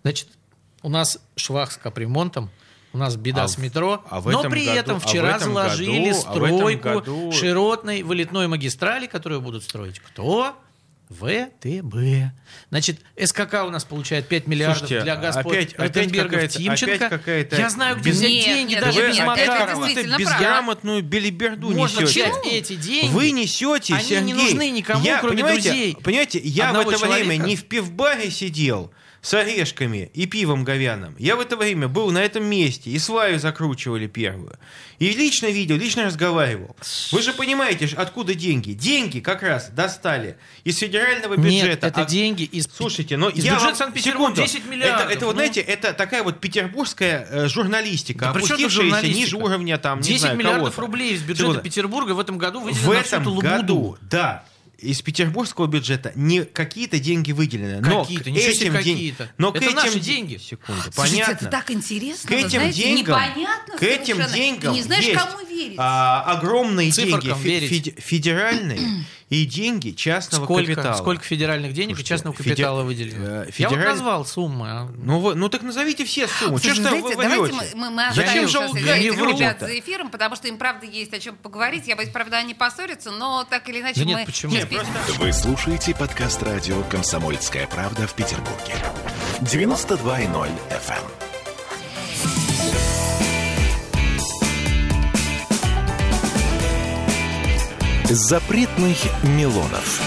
S3: Значит, у нас швах с капремонтом, у нас беда
S4: А
S3: с
S4: в-
S3: метро,
S4: а в
S3: но
S4: этом
S3: при
S4: году-
S3: этом
S4: а в
S3: вчера
S4: этом
S3: заложили
S4: году- а в этом
S3: стройку
S4: году-
S3: широтной вылетной магистрали, которую будут строить кто? ВТБ. Значит, СКК у нас получает 5 миллиардов
S4: Слушайте,
S3: для Газпо
S4: опять- опять
S3: Ротенберга в
S4: какая-то-
S3: Тимченко.
S4: опять какая-то
S3: Я знаю, где
S4: без-
S3: взять
S2: Нет,
S3: деньги,
S2: нет,
S3: даже
S2: нет,
S3: без
S2: нет, это
S3: Макарова.
S2: действительно
S4: Какую-то
S2: правда.
S4: безграмотную белиберду
S3: Можно
S4: несете.
S3: взять эти деньги.
S4: Вы несете,
S3: Они не
S4: Сергей.
S3: нужны никому,
S4: я,
S3: кроме
S4: понимаете,
S3: друзей.
S4: Понимаете, я
S3: Одного
S4: в это
S3: человека.
S4: время не в пивбаре сидел с орешками и пивом говяным. Я в это время был на этом месте, и сваю закручивали первую. И лично видел, лично разговаривал. Вы же понимаете, ж, откуда деньги? Деньги как раз достали из федерального бюджета.
S3: Нет, это
S4: А-
S3: деньги из...
S4: Слушайте, но
S3: из
S4: я
S3: бюджета
S4: вам-
S3: Санкт-Петербурга
S4: секунду.
S3: 10 миллиардов.
S4: Это, это вот,
S3: ну.
S4: знаете, это такая вот петербургская э, журналистика,
S3: Да при чём тут
S4: опустившаяся
S3: журналистика?
S4: ниже уровня там, не
S3: 10
S4: знаю,
S3: миллиардов
S4: кого-то.
S3: рублей из бюджета
S4: Секунду.
S3: Петербурга в этом году выделено
S4: в
S3: на всю эту
S4: этом
S3: лабуду.
S4: году, да, из петербургского бюджета не какие-то деньги выделены, но
S3: Какие-то,
S4: к
S3: ничего себе
S4: этим ден-
S3: какие-то.
S4: но
S3: Это
S4: к этим
S3: наши
S4: ден-
S3: деньги.
S4: Секунду,
S2: Слушайте,
S4: понятно.
S2: это так интересно,
S4: К
S2: вы
S4: этим
S2: знаете,
S4: деньгам,
S2: непонятно
S4: к этим
S2: совершенно.
S4: деньгам
S2: И не знаешь,
S4: есть,
S2: кому верить.
S4: а, огромные
S3: Циферкам
S4: деньги фе-
S3: верить.
S4: феде- федеральные и деньги частного
S3: Сколько,
S4: капитала.
S3: сколько федеральных денег
S4: Слушайте,
S3: и частного
S4: федер-
S3: капитала
S4: э,
S3: выделено? Я вот
S4: федераль-
S3: назвал суммы. а
S4: Ну, вы- ну так назовите все суммы. Чё
S2: Слушай,
S4: ж
S2: ну,
S4: там
S2: знаете,
S4: вы
S2: давайте
S4: врёте?
S2: мы, мы, мы
S3: Зачем
S2: оставим
S3: же
S2: сейчас
S3: лгать?
S2: этих
S3: Не вру.
S2: ребят за эфиром, потому что им, правда, есть о чем поговорить. Я боюсь, правда, они поссорятся, но так или иначе
S3: Да
S2: мы...
S3: нет, почему?
S2: не
S3: Нет,
S2: успеем.
S1: Вы слушаете подкаст радио «Комсомольская правда» в Петербурге. 92.0 FM. Запретных Милонов.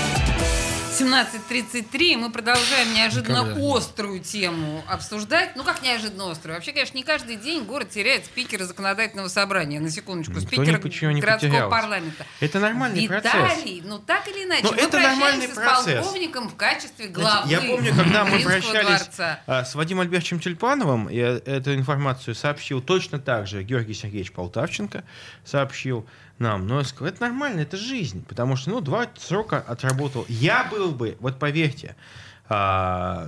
S2: 17.33, мы продолжаем неожиданно
S3: Никогда не.
S2: острую тему обсуждать. Ну, как неожиданно острую? Вообще, конечно, не каждый день город теряет спикера законодательного собрания. На секундочку,
S4: Никто
S2: спикера
S4: ничего не
S2: городского
S4: потерял.
S2: парламента.
S4: Это нормальный процесс.
S2: Виталий, ну так или иначе,
S4: Но
S2: мы
S4: это
S2: прощаемся
S4: нормальный
S2: с
S4: процесс.
S2: полковником в качестве главы
S4: Знаете, Я помню, когда мы
S2: Мариинского
S4: прощались
S2: дворца.
S4: а, с Вадимом Альбертовичем Тюльпановым, я эту информацию сообщил точно так же Георгий Сергеевич Полтавченко сообщил нам. Но я сказал, это нормально, это жизнь, потому что, ну, два срока отработал. Я был бы, вот поверьте, а,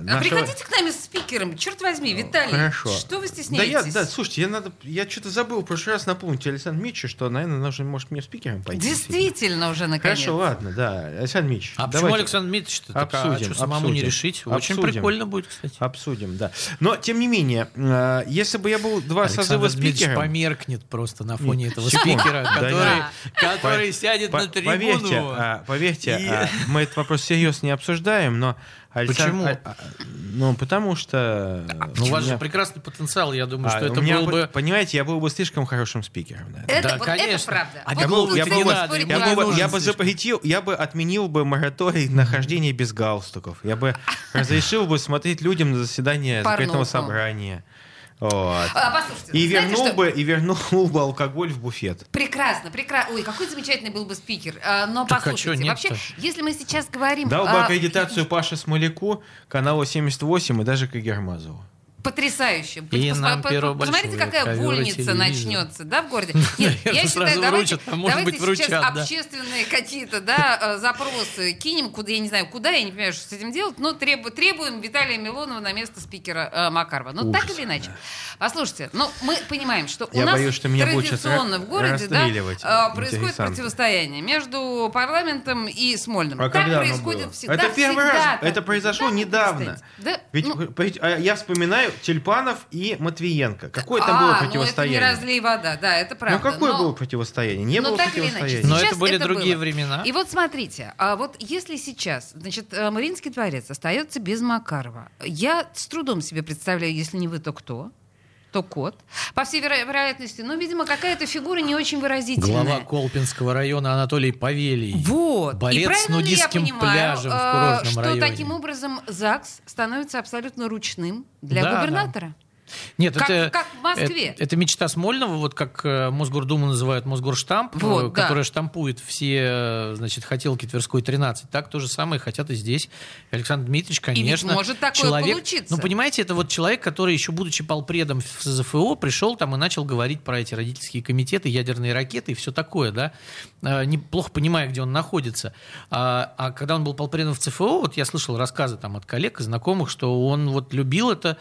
S2: А
S4: нашего-
S2: приходите к нам с спикером, черт возьми, Виталий,
S4: Ну, Хорошо.
S2: что вы
S4: Да, я,
S2: стесняетесь?
S4: да, слушайте, я, надо, я что-то забыл в прошлый раз напомнить Александру Митчу, что, наверное, нужно, может, мне спикером пойти.
S2: Действительно уже наконец.
S4: Хорошо, ладно, да. Александр Митч.
S3: А почему
S4: давайте.
S3: Александр Дмитриевич-то так, а
S4: Обсудим,
S3: чё самому не
S4: обсудим,
S3: решить? Очень
S4: обсудим.
S3: прикольно будет, кстати.
S4: Обсудим, да. Но, тем не менее, э, если бы я был два созыва
S3: Александр Дмитриевич
S4: спикером...
S3: померкнет просто на фоне этого
S4: секунду.
S3: спикера,
S4: Да
S3: который,
S2: нет.
S3: который сядет
S4: По-
S3: на трибуну.
S4: поверьте, а, поверьте
S3: И-
S4: а, мы этот вопрос серьезно не обсуждаем, но... Александр-
S3: Почему?
S4: а, а, ну, потому что... э,
S3: Ну, у вас
S4: меня-
S3: же прекрасный потенциал, я думаю,
S4: а,
S3: что
S4: у
S3: это
S4: меня
S3: был бы...
S4: Понимаете, я был бы слишком хорошим спикером, наверное.
S2: Это,
S3: Да,
S2: вот это
S3: конечно.
S2: правда.
S3: А
S2: Вот
S3: я
S4: был-
S2: тут
S4: я
S2: не
S4: был-
S2: спорить
S4: Я
S3: Ну,
S4: бы,
S3: не
S2: невозможно.
S4: я
S3: нужен
S4: бы
S3: слишком.
S4: запретил, я бы отменил бы мораторий на хождение без галстуков. Я бы разрешил бы смотреть людям на заседание
S2: Порнуху.
S4: закрытого собрания. Вот.
S2: А, послушайте,
S4: И
S2: знаете,
S4: вернул
S2: что?
S4: бы, и вернул бы алкоголь в буфет.
S2: Прекрасно, прекрасно. Ой, какой замечательный был бы спикер. А, но
S3: Так а
S2: послушайте,
S3: чё
S2: вообще,
S3: нет-то?
S2: если мы сейчас говорим...
S4: Дал бы
S2: а,
S4: аккредитацию Паше Смоляку, каналу 78 и даже Кагермазову.
S2: Потрясающе.
S3: И
S2: Пос-
S3: нам
S2: по-
S3: первого
S2: Посмотрите,
S3: большого
S2: какая
S3: ковёра
S2: вольница
S3: телевизора.
S2: начнется, да, в городе? Нет,
S3: Наверное,
S2: я
S3: сразу
S2: считаю, давайте,
S3: вручат, а может
S2: давайте
S3: быть, вручат,
S2: сейчас
S3: да.
S2: общественные какие-то, да, э, запросы кинем, куда, я не знаю, куда, я не понимаю, что с этим делать, но требу- требуем Виталия Милонова на место спикера э, Макарова. Ну,
S4: Ужас,
S2: так или иначе. Послушайте, ну, мы понимаем, что у
S4: Я
S2: нас
S4: боюсь, что меня будут сейчас
S2: традиционно
S4: ра-
S2: в городе, да,
S4: расстреливать,
S2: э, происходит
S4: интересанты.
S2: противостояние между парламентом и Смольным.
S4: А
S2: так
S4: когда оно
S2: происходит
S4: было?
S2: всегда.
S4: Это первый
S2: всегда
S4: раз.
S2: так.
S4: Это произошло
S2: Да,
S4: недавно.
S2: кстати. Да,
S4: Ведь,
S2: ну,
S4: ведь, а, я вспоминаю Тюльпанов и Матвиенко. Какое там
S2: а,
S4: было
S2: ну
S4: противостояние?
S2: это не разлей вода, да, это правда.
S4: Ну, какое
S2: но-
S4: было противостояние? Не
S2: но
S4: было
S2: так или иначе,
S4: противостояния.
S3: Но
S2: Сейчас
S3: это были
S2: это
S3: другие
S2: было.
S3: времена.
S2: И вот смотрите, а вот если сейчас, значит, э, Мариинский дворец остается без Макарова, я с трудом себе представляю, если не вы, то кто? то кот. По всей веро- вероятности, ну, видимо, какая-то фигура не очень выразительная.
S3: Глава Колпинского района Анатолий Павелий.
S2: Вот. и
S3: Борец с
S2: правильно ли я
S3: нудистским
S2: понимаю,
S3: пляжем в
S2: э,
S3: курортном
S2: что
S3: районе.
S2: таким образом ЗАГС становится абсолютно ручным для
S3: Да, да.
S2: губернатора?
S3: Нет,
S2: Как-
S3: это,
S2: как в Москве.
S3: Э, Это, это мечта Смольного, вот как э, Мосгордуму называют Мосгорштамп,
S2: Вот,
S3: э,
S2: да.
S3: которая штампует все э, значит, хотелки Тверской 13. Так то же самое хотят и здесь. Александр Дмитриевич,
S2: ведь
S3: конечно.
S2: может такое
S3: человек,
S2: получиться.
S3: Ну, понимаете, это вот человек, который еще будучи полпредом в СЗФО, пришел там и начал говорить про эти родительские комитеты, ядерные ракеты и все такое, да, э, неплохо понимая, где он находится. А, а когда он был полпредом в ЦФО, вот я слышал рассказы там от коллег и знакомых, что он вот любил это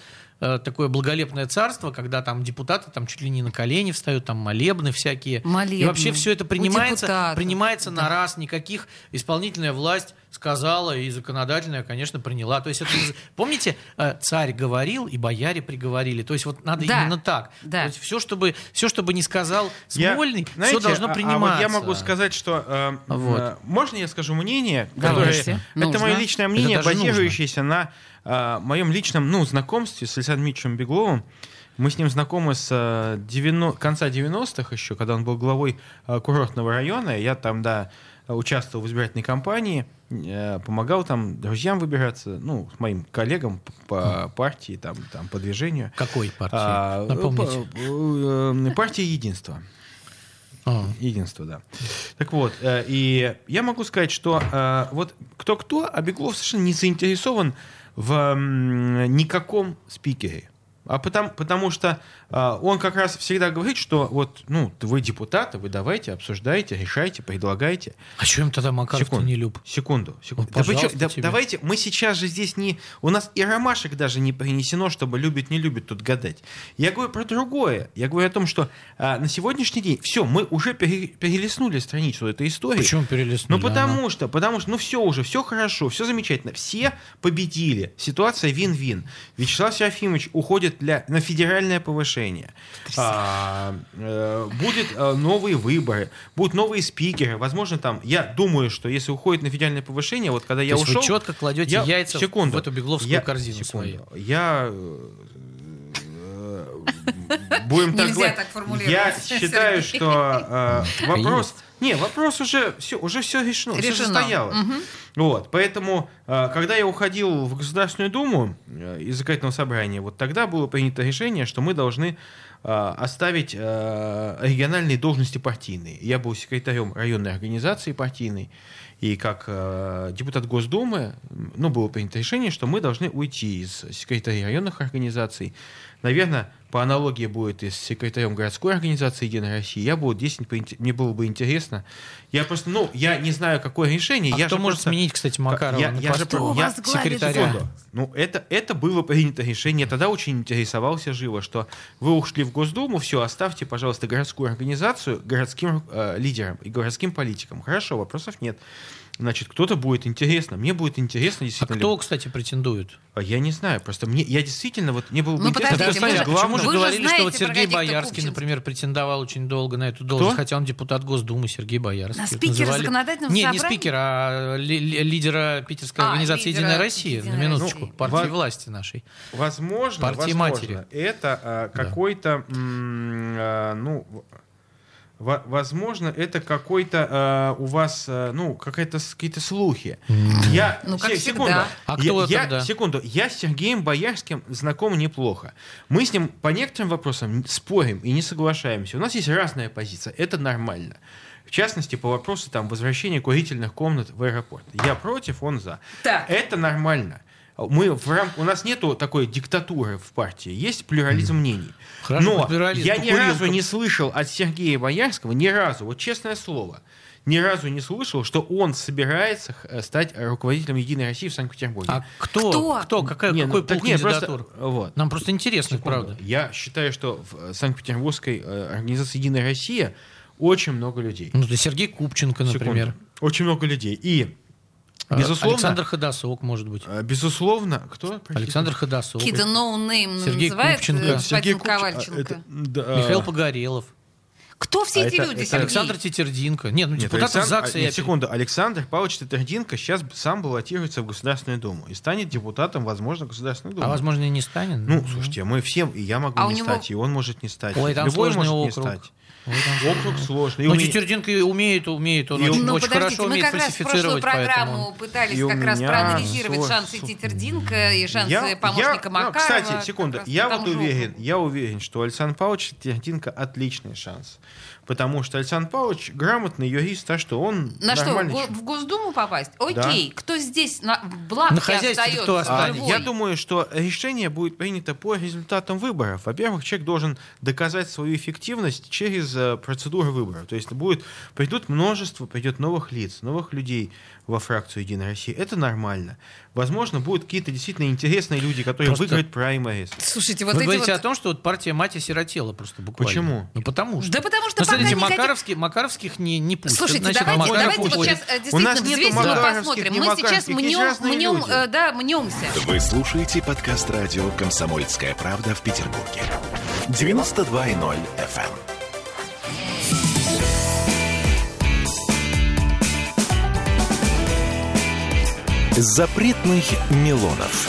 S3: э, такое благолепное царство, когда там депутаты там чуть ли не на колени встают, там молебны всякие. И
S2: Молебны.
S3: вообще все это
S2: У
S3: принимается,
S2: депутатов.
S3: принимается на раз, никаких исполнительная власть сказала и законодательная, конечно, приняла. То есть это, из- помните, э, царь говорил и бояре приговорили. То есть вот надо
S2: Да.
S3: именно так.
S2: Да.
S3: То есть все, чтобы все, чтобы не сказал
S4: Я-
S3: Смольный,
S4: знаете,
S3: все должно
S4: а- а вот
S3: приниматься.
S4: я могу сказать, что э, м,
S3: Вот. Ну,
S4: э, можно я скажу мнение, которое
S2: Давайте.
S4: это
S2: Нужно.
S4: мое личное мнение,
S3: Это даже нужно.
S4: базирующееся на э, моем личном ну знакомстве с Александром Дмитриевичем Бегловым. Мы с ним знакомы с э, 90 конца 90-х еще, когда он был главой э, курортного района. Я там, да, участвовал в избирательной кампании, э, помогал там друзьям выбираться, ну, с моим коллегам по партии, там, там, по движению.
S3: Какой партии?
S4: А,
S3: Напомните.
S4: п- э, э, партия единства.
S3: А.
S4: Единство, да. Так вот, э, и я могу сказать, что э, вот кто-кто, а Беглов совершенно не заинтересован в м, никаком спикере. А потому, потому что э, он как раз всегда говорит, что вот, ну, вы депутаты, вы давайте, обсуждайте, решайте, предлагайте.
S3: А что им тогда Макаров
S4: Секунду.
S3: не люб?
S4: Секунду, секунду.
S3: Ну,
S4: Да вы чё,
S3: пожалуйста
S4: да-
S3: тебе.
S4: давайте, мы сейчас же здесь не... У нас и ромашек даже не принесено, чтобы любит, не любит тут гадать. Я говорю про другое. Я говорю о том, что а, на сегодняшний день... Все, мы уже пере- перелистнули страницу этой истории.
S3: Почему перелистнули? А,
S4: Ну потому что, потому что, ну все уже, все хорошо, все замечательно, все победили. Ситуация вин-вин. Вячеслав Серафимович уходит для, на федеральное повышение. А, э, будут э, новые выборы, будут новые спикеры. Возможно, там, я думаю, что если уходит на федеральное повышение, вот когда я
S3: есть вы
S4: ушел...
S3: чётко кладёте яйца в эту бегловскую корзину
S4: Я... э, э, Будем так
S2: Нельзя
S4: говорить.
S2: так формулировать,
S4: Я считаю,
S2: Сергей.
S4: что э, вопрос...
S3: Есть.
S4: Не, вопрос уже все, уже все решено, все
S2: Решено.
S4: состояло. Вот, поэтому, э, когда я уходил в Государственную Думу э, из законодательного собрания, вот тогда было принято решение, что мы должны э, оставить э, региональные должности партийные. Я был секретарем районной организации партийной, и как э, депутат Госдумы, м, ну, было принято решение, что мы должны уйти из секретарей районных организаций. Наверное, по аналогии будет и с секретарем городской организации Единой России. Я буду 10, поинте- мне было бы интересно. Я просто, ну, я не знаю, какое решение.
S3: А
S4: я
S3: кто
S4: же
S3: может
S4: просто-
S3: сменить, кстати, Макарова
S4: Я-
S3: на
S4: я же
S3: посту?
S4: про- я-
S3: секретаря.
S4: Секунду. Ну, это, это было принято решение. Тогда очень интересовался живо, что вы ушли в Госдуму, все, оставьте, пожалуйста, городскую организацию городским э, лидерам и городским политикам. Хорошо, вопросов нет. Значит, кто-то будет интересно. Мне будет интересно,
S3: А
S4: действительно.
S3: кто,
S4: ли-
S3: кстати, претендует?
S4: А Я не знаю, просто мне, я действительно, вот, мне было бы
S2: Ну,
S4: интересно.
S2: подождите,
S4: кто
S2: мы
S4: станет
S2: же-
S4: главным.
S3: Почему же
S2: Вы же
S3: говорили, что вот
S2: знаете про
S3: Сергей
S2: каких-то
S3: Боярский,
S2: купчинцев.
S3: например, претендовал очень долго на эту должность, хотя он депутат Госдумы Сергей Боярский.
S2: На
S3: Вот
S2: спикера законодательного
S3: Не, не
S2: собрания?
S3: спикера, а ли- ли- лидера Питерской
S2: А,
S3: организации
S2: лидера
S3: «Единая Россия», на
S2: «Единой
S3: минуточку,
S2: России».
S3: партии
S4: Во-
S3: власти нашей.
S4: Возможно,
S3: Партии
S4: возможно,
S3: матери.
S4: это а,
S3: Да.
S4: какой-то, м, а, ну, в- во- возможно, это какой-то а, у вас, а, ну, какая-то с- какие-то слухи. Я
S2: Ну, как
S4: се-
S2: всегда.
S4: секунду.
S3: А
S4: Я-
S3: кто
S4: я,
S3: тогда?
S4: секунду. Я с Сергеем Боярским знаком неплохо. Мы с ним по некоторым вопросам спорим и не соглашаемся. У нас есть разная позиция. Это нормально. В частности, по вопросу там возвращения курительных комнат в аэропорт. Я против, он за.
S2: Так.
S4: Это нормально. Мы в рам... У нас нету такой диктатуры в партии, есть плюрализм мнений.
S3: Хорошо,
S4: Но
S3: хоть плюрализм,
S4: я
S3: ну,
S4: ни
S3: курилка.
S4: разу не слышал от Сергея Боярского, ни разу, вот честное слово, ни разу не слышал, что он собирается э, стать руководителем Единой России в Санкт-Петербурге.
S3: А кто?
S2: Кто?
S3: Какая,
S4: Не, ну,
S3: какой
S4: так
S3: пул
S4: нет, просто-
S3: кандидатур?
S4: вот. Ну,
S3: Нам просто интересно, правда.
S4: Я считаю, что в э, Санкт-Петербургской э, организации Единая Россия очень много людей.
S3: Ну, то Сергей Купченко, например.
S4: Секунду. Очень много людей. И,
S3: А,
S4: безусловно,
S3: Александр Ходосок, может быть.
S4: э, безусловно, кто? Простите.
S3: Александр Ходосок.
S2: Какие-то ноунейм
S3: Сергей
S2: называют
S3: Купченко.
S2: э,
S4: Сергей
S2: господин
S4: Купчи- а,
S2: Ковальченко.
S4: это, да,
S3: Михаил
S4: э,
S3: Погорелов.
S2: Кто все
S4: А
S2: эти
S4: это-
S2: люди,
S4: это
S2: Сергей?
S3: Александр Тетердинко. Нет, ну
S4: Нет,
S3: депутат
S4: Александр- а,
S3: ЗАГСа я
S4: нет, секунду. Александр Павлович Тетердинко сейчас сам баллотируется в Государственную Думу и станет депутатом, возможно, Государственной Думы.
S3: А возможно, и не станет.
S4: Ну, слушайте, мы всем, и я могу
S2: А у
S4: не
S2: него-
S4: стать, и он может не стать.
S3: Ой, там
S4: Любой
S3: сложный
S4: может не
S3: округ. Ну,
S4: стать. Округ сложный. И
S3: Но
S4: у меня-
S3: Четверденко и умеет, умеет, он
S4: И
S3: очень,
S2: Ну,
S3: очень
S2: подождите,
S3: хорошо
S2: мы
S3: умеет
S2: как раз в прошлую
S3: фальсифицировать.
S2: программу
S3: поэтому-
S2: пытались
S4: И у
S2: как раз
S4: меня
S2: проанализировать
S4: всё-
S2: шансы
S4: всё-
S2: Тетердинка и шансы
S4: Я-
S2: помощника
S4: я- ну,
S2: Макарова.
S4: кстати, секунду.
S2: как раз
S4: Я
S2: по
S4: вот
S2: тому же
S4: уверен,
S2: округу.
S4: я уверен, что у Александра Павловича Тетердинка отличный шанс. Потому что Александр Павлович грамотный юрист, а что он
S2: На что, в
S4: нормальный
S2: Го-
S4: человек.
S2: в Госдуму попасть? Окей, кто здесь на, в бланке
S3: На хозяйстве-то
S2: остается?
S3: кто
S4: А,
S3: останется?
S2: живой?
S4: я думаю, что решение будет принято по результатам выборов. Во-первых, человек должен доказать свою эффективность через э, процедуру выборов. То есть будет, придут множество, придет новых лиц, новых людей во фракцию «Единой России». Это нормально. Возможно, будут какие-то действительно интересные люди, которые
S3: Просто-
S4: выиграют праймарис.
S2: Слушайте, вот
S3: Вы
S2: эти
S3: говорите
S2: вот...
S3: о том, что вот партия мать осиротела просто буквально.
S4: Почему?
S3: Ну потому что.
S2: Да потому что
S3: Ну,
S2: пока
S3: смотрите,
S2: не хотят-
S3: Макаровский- Макаровских не, не пустят.
S2: Слушайте,
S3: Значит,
S2: давайте,
S3: Макаров
S2: давайте вот
S3: уходит.
S2: сейчас э,
S4: У
S2: действительно
S4: нас нету
S2: взвесим и
S4: макаровских,
S2: посмотрим.
S4: ни
S2: Мы сейчас
S4: макаровских, ни
S2: мнем,
S4: разные
S2: мнем,
S4: люди.
S2: э, да, мнемся.
S1: Вы слушаете подкаст радио «Комсомольская правда» в Петербурге. 92.0 FM. Запретных Милонов.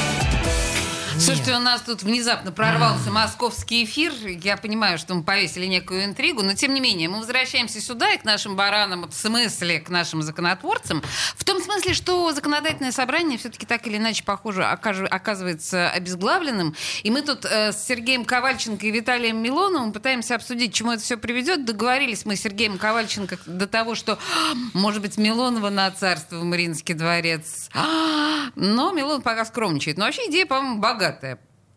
S2: Слушайте, у нас тут внезапно прорвался московский эфир. Я понимаю, что мы повесили некую интригу, но тем не менее мы возвращаемся сюда и к нашим баранам, в смысле к нашим законотворцам. В том смысле, что законодательное собрание все-таки так или иначе, похоже, окажи- оказывается обезглавленным. И мы тут э, с Сергеем Ковальченко и Виталием Милоновым пытаемся обсудить, к чему это все приведет. Договорились мы с Сергеем Ковальченко до того, что, «А, может быть, Милонова на царство в Мариинский дворец. А, Но Милон пока скромничает. Но вообще идея, по-моему, богатая.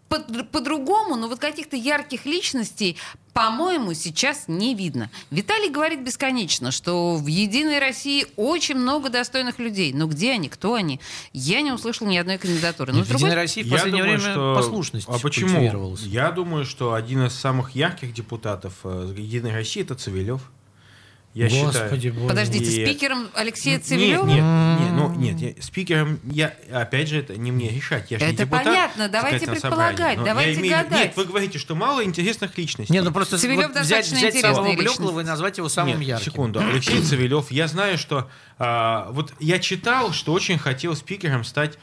S2: По- По-другому, но вот каких-то ярких личностей, по-моему, сейчас не видно. Виталий говорит бесконечно, что в «Единой России» очень много достойных людей. Но где они, кто они? Я не услышала ни одной кандидатуры. Но
S3: Нет,
S2: Ну, с
S3: в Единой
S2: другой
S3: России Ну, в последнее время послушность
S4: А почему?
S3: культивировалась.
S4: Я думаю, что один из самых ярких депутатов э, Единой России это Цивилев. Я считаю.
S3: Господи, боже.
S2: Подождите,
S4: Нет.
S2: спикером Алексея
S4: Нет,
S2: Цивилева?
S4: Нет, нет, ну, нет, я- спикером я, опять же, это не мне решать. Я ж не
S2: Это
S4: депутат
S2: понятно, давайте
S4: законодательного собрания.
S2: предполагать,
S4: Но
S2: давайте
S4: я имею-
S2: гадать.
S4: Нет, вы говорите, что мало интересных личностей.
S3: Не, ну просто
S2: Цивилев
S3: вот взять,
S2: достаточно
S3: взять самого
S2: интересная
S3: блеклого и
S2: личность.
S3: назвать его самым
S4: Нет,
S3: ярким.
S4: секунду. Алексей Цивилев. Я знаю, что... а, вот я читал, что очень хотел спикером стать,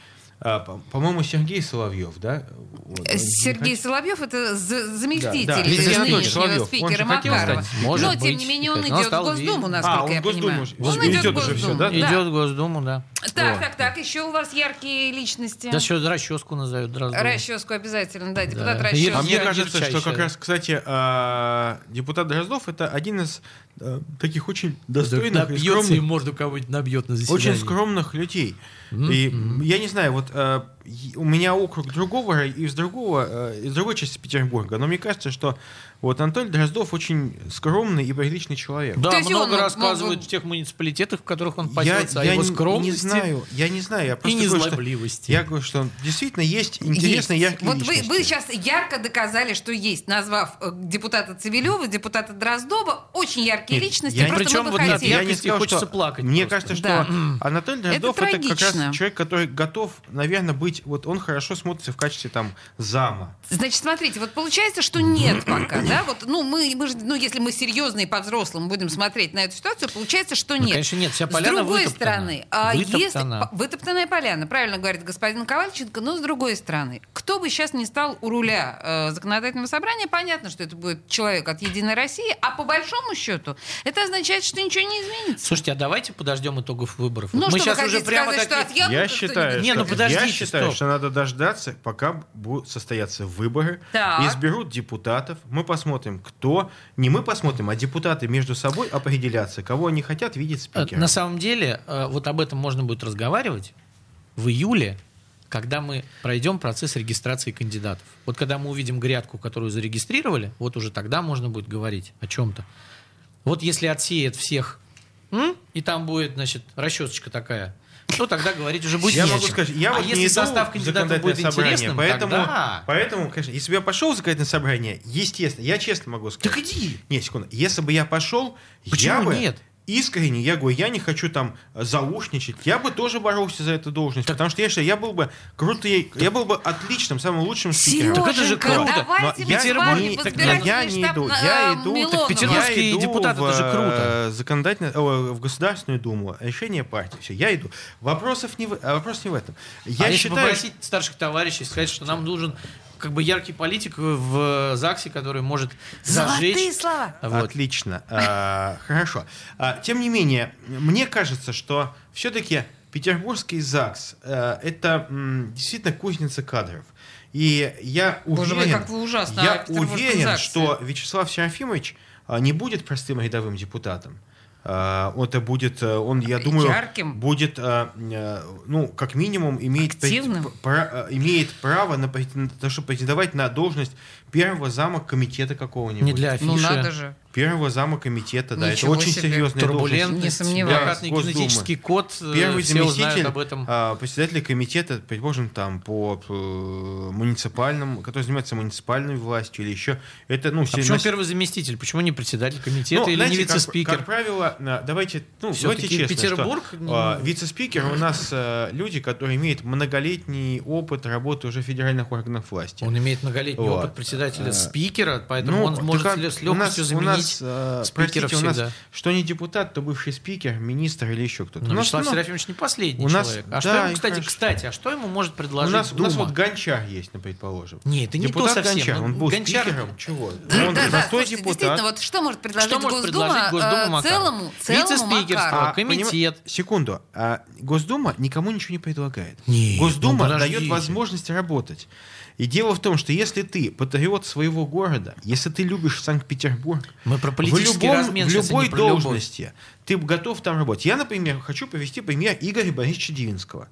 S4: а, по- по-моему, Сергей Соловьев, да? Вот, ну,
S2: Э,
S4: он
S2: Сергей Соловьев это за- заместитель
S4: Да, да.
S2: нынешнего
S3: Сергей Анатольевич
S4: Соловьев, он
S2: спикера
S4: же хотел
S2: Макарова.
S3: стать. Может
S2: Но, тем
S3: быть,
S2: не менее, он
S4: Ну,
S3: теперь. Но
S2: идет в
S3: стал ви-
S2: Госдуму, насколько
S4: А, он
S2: я
S4: в Госдуму
S2: понимаю.
S4: уже-
S2: Он
S4: уже
S2: идет в
S4: идет уже всё,
S2: Госдуму,
S4: да?
S2: да.
S3: Идет в Госдуму, да.
S2: Так, так, так, еще у вас яркие личности.
S3: Да еще расческу назовет Дроздова.
S2: Расческу обязательно, да, депутат
S3: Да.
S2: Расческу.
S4: А мне
S3: Я
S4: кажется,
S3: ярчайшая.
S4: что как раз, кстати, а, депутат Дроздов это один из э, таких очень достойных и
S3: Набьется и
S4: скромных,
S3: морду кого-нибудь набьет на заседании.
S4: очень скромных людей. И м, я не знаю, вот э, и- у меня округ другого ра- из другого э, из другой части Петербурга, но мне кажется, что вот Анатолий Дроздов очень скромный и приличный человек.
S3: Да,
S2: То есть
S3: много
S2: он
S3: рассказывают
S2: мог бы-
S3: в тех муниципалитетах, в которых он
S4: Я,
S3: пасется,
S2: а
S3: о
S4: я
S3: его
S4: не- не
S3: скромности
S4: знаю, я не знаю, я
S3: и
S4: просто говорю, что,
S3: незлобливости.
S4: я говорю, что действительно есть интересные
S2: Есть.
S4: яркие
S2: Вот вы,
S4: личности.
S2: вы сейчас ярко доказали, что есть, назвав э, депутата Цивилева, депутата Дроздова, очень яркие
S4: Нет,
S2: личности.
S4: я-
S2: Просто
S3: Причем
S2: мы бы
S3: вот на
S2: хотели.
S3: пьяном яркости хочется плакать
S4: Мне
S3: просто.
S4: кажется, что
S2: Да.
S4: Анатолий Дроздов
S2: Это
S4: это, как
S2: трагично.
S4: раз человек, который готов, наверное, быть. Вот он хорошо смотрится в качестве там зама.
S2: Значит, смотрите, вот получается, что нет пока, да? Вот, ну, мы, мы же, ну, если мы серьезно и по-взрослому будем смотреть на эту ситуацию, получается, что
S3: Ну,
S2: нет.
S3: конечно, нет, вся поляна
S2: С другой
S3: вытоптана.
S2: стороны, а если...
S3: Вытоптана.
S2: по- Вытоптанная поляна, правильно говорит господин Ковальченко, но с другой стороны, кто бы сейчас не стал у руля э, законодательного собрания, понятно, что это будет человек от «Единой России», а по большому счету это означает, что ничего не изменится.
S3: Слушайте, а давайте подождем итогов выборов.
S2: Ну,
S3: Вот
S2: что
S3: мы
S2: вы
S3: сейчас
S2: хотите
S3: уже прямо
S2: сказать,
S3: такие-
S2: что от Ялты
S4: я
S2: кто-то
S4: считаю,
S3: Не, ну
S4: что, я
S3: подождите,
S4: считаю,
S3: стоп.
S4: что надо дождаться, пока будут состояться выборы,
S2: Так.
S4: изберут депутатов. Мы посмотрим, кто. Не мы посмотрим, а депутаты между собой определятся, кого они хотят видеть
S3: Э,
S4: спикером.
S3: На самом деле, э, вот об этом можно будет разговаривать в июле, когда мы пройдем процесс регистрации кандидатов. Вот когда мы увидим грядку, которую зарегистрировали, вот уже тогда можно будет говорить о чем-то. Вот если отсеет всех, м, и там будет, значит, расчесочка такая, то тогда говорить уже будет
S4: я
S3: не о
S4: могу
S3: чем.
S4: сказать, я
S3: а
S4: вот
S3: если
S4: не иду
S3: состав
S4: в
S3: кандидатов
S4: законодательное
S3: будет
S4: собрание,
S3: интересным,
S4: поэтому,
S3: тогда...
S4: поэтому, конечно, если бы я пошел в законодательное собрание, естественно, я честно могу сказать.
S3: Так иди.
S4: Не, секунду. Если бы я пошел, я
S3: Почему
S4: бы
S3: нет?
S4: искренне, я говорю, я не хочу там э, заушничать, я бы тоже боролся за эту должность, потому что я считаю, я был бы крутой, я был бы отличным, самым лучшим спикером.
S3: Так это же
S2: Серёженька,
S3: круто.
S2: Давайте
S4: Но
S2: мы
S4: я
S2: с вами
S4: не-
S2: в
S4: так
S2: избирательный
S4: я не
S2: штаб,
S4: иду,
S2: э,
S4: я иду, так
S2: Милонова.
S3: Петербургский
S4: Я иду
S3: депутаты,
S4: в,
S3: это же
S4: э,
S3: круто.
S4: законодательно- о, в Государственную Думу, решение партии, все, я иду. Вопросов не в, а вопрос не в этом. Я
S3: а если
S4: считаю,
S3: попросить старших товарищей, сказать, что нам нужен как бы яркий политик в ЗАГСе, который может зажечь.
S2: Золотые слова.
S3: Вот.
S4: Отлично. А, Хорошо. А, Тем не менее, мне кажется, что все-таки Петербургский ЗАГС э, это м, действительно кузница кадров. И я уверен,
S2: Боже мой, как вы ужасно о
S4: я
S2: Петербургском
S4: уверен,
S2: ЗАГСе.
S4: что Вячеслав Серафимович а, не будет простым рядовым депутатом. А, Это будет, э, он, я думаю,
S2: Ярким.
S4: будет, а, э, ну, как минимум, имеет, пре-
S2: Активным.
S4: п- пра- э, имеет право на, претен- на то, чтобы претендовать на должность первого зама комитета какого-нибудь.
S3: Не для афиши.
S2: Ну надо же.
S4: Первого зама комитета, да,
S2: Ничего
S4: это очень
S2: себе.
S4: серьезная
S3: Турбулентность,
S2: Не сомневаюсь.
S3: вероятный
S4: Госдумы.
S3: генетический код. э,
S4: должность. Первый
S3: все
S4: заместитель
S3: узнают об этом.
S4: а, председателя комитета, предположим, там по э, муниципальным, который занимается муниципальной властью или еще, это ну
S3: А
S4: сильно-
S3: почему первый заместитель? Почему не председатель комитета
S4: Ну,
S3: или
S4: знаете,
S3: не
S4: как- Как,
S3: вице-спикер?
S4: правило, на- давайте, ну,
S3: Всё-таки
S4: давайте честно, что,
S3: Петербург, ну,
S4: а,
S3: м,
S4: вице-спикер у нас э, люди, которые имеют многолетний опыт работы уже федеральных органов власти.
S3: Он имеет многолетний
S4: Вот.
S3: опыт председателя
S4: Э, ну,
S3: спикера, поэтому он
S4: так
S3: может
S4: как
S3: с легкостью
S4: у нас- у
S3: заменить.
S4: нас, э,
S3: спикера
S4: простите, у нас
S3: всегда.
S4: что не депутат, то бывший спикер, министр или еще кто-то.
S3: Но
S4: У нас
S3: Вячеслав
S4: много-
S3: Серафимович не последний
S4: у нас-
S3: человек. А что
S4: да,
S3: ему,
S4: и
S3: кстати,
S4: хорошо.
S3: кстати, а что ему может
S4: У
S3: предложить
S4: нас, у
S3: Дума?
S4: нас вот гончар есть, ну, предположим.
S3: Нет, это не
S4: депутат
S3: то совсем. ну,
S4: Гончар, он был
S3: Гончар-
S4: спикером. Чего?
S2: Да,
S4: он
S2: да, да,
S4: простой
S2: слушайте,
S4: депутат.
S2: действительно, вот что может предложить
S3: Что может
S2: Госдума,
S3: предложить Госдума
S2: э,
S3: Макару?
S2: целому, целому
S3: Вице-спикерство.
S2: Макару?
S3: А, комитет.
S4: поним- Секунду. А Госдума никому ничего не предлагает.
S3: Не, ну
S4: Госдума
S3: подождите.
S4: дает возможность работать. И дело в том, что если ты патриот своего города, если ты любишь Санкт-Петербург,
S3: Мы про
S4: в,
S3: политический
S4: любом-
S3: размен
S4: в
S3: сейчас, а не
S4: любой
S3: про любовь.
S4: должности ты готов там работать. Я, например, хочу повести пример Игоря Борисовича Дивинского,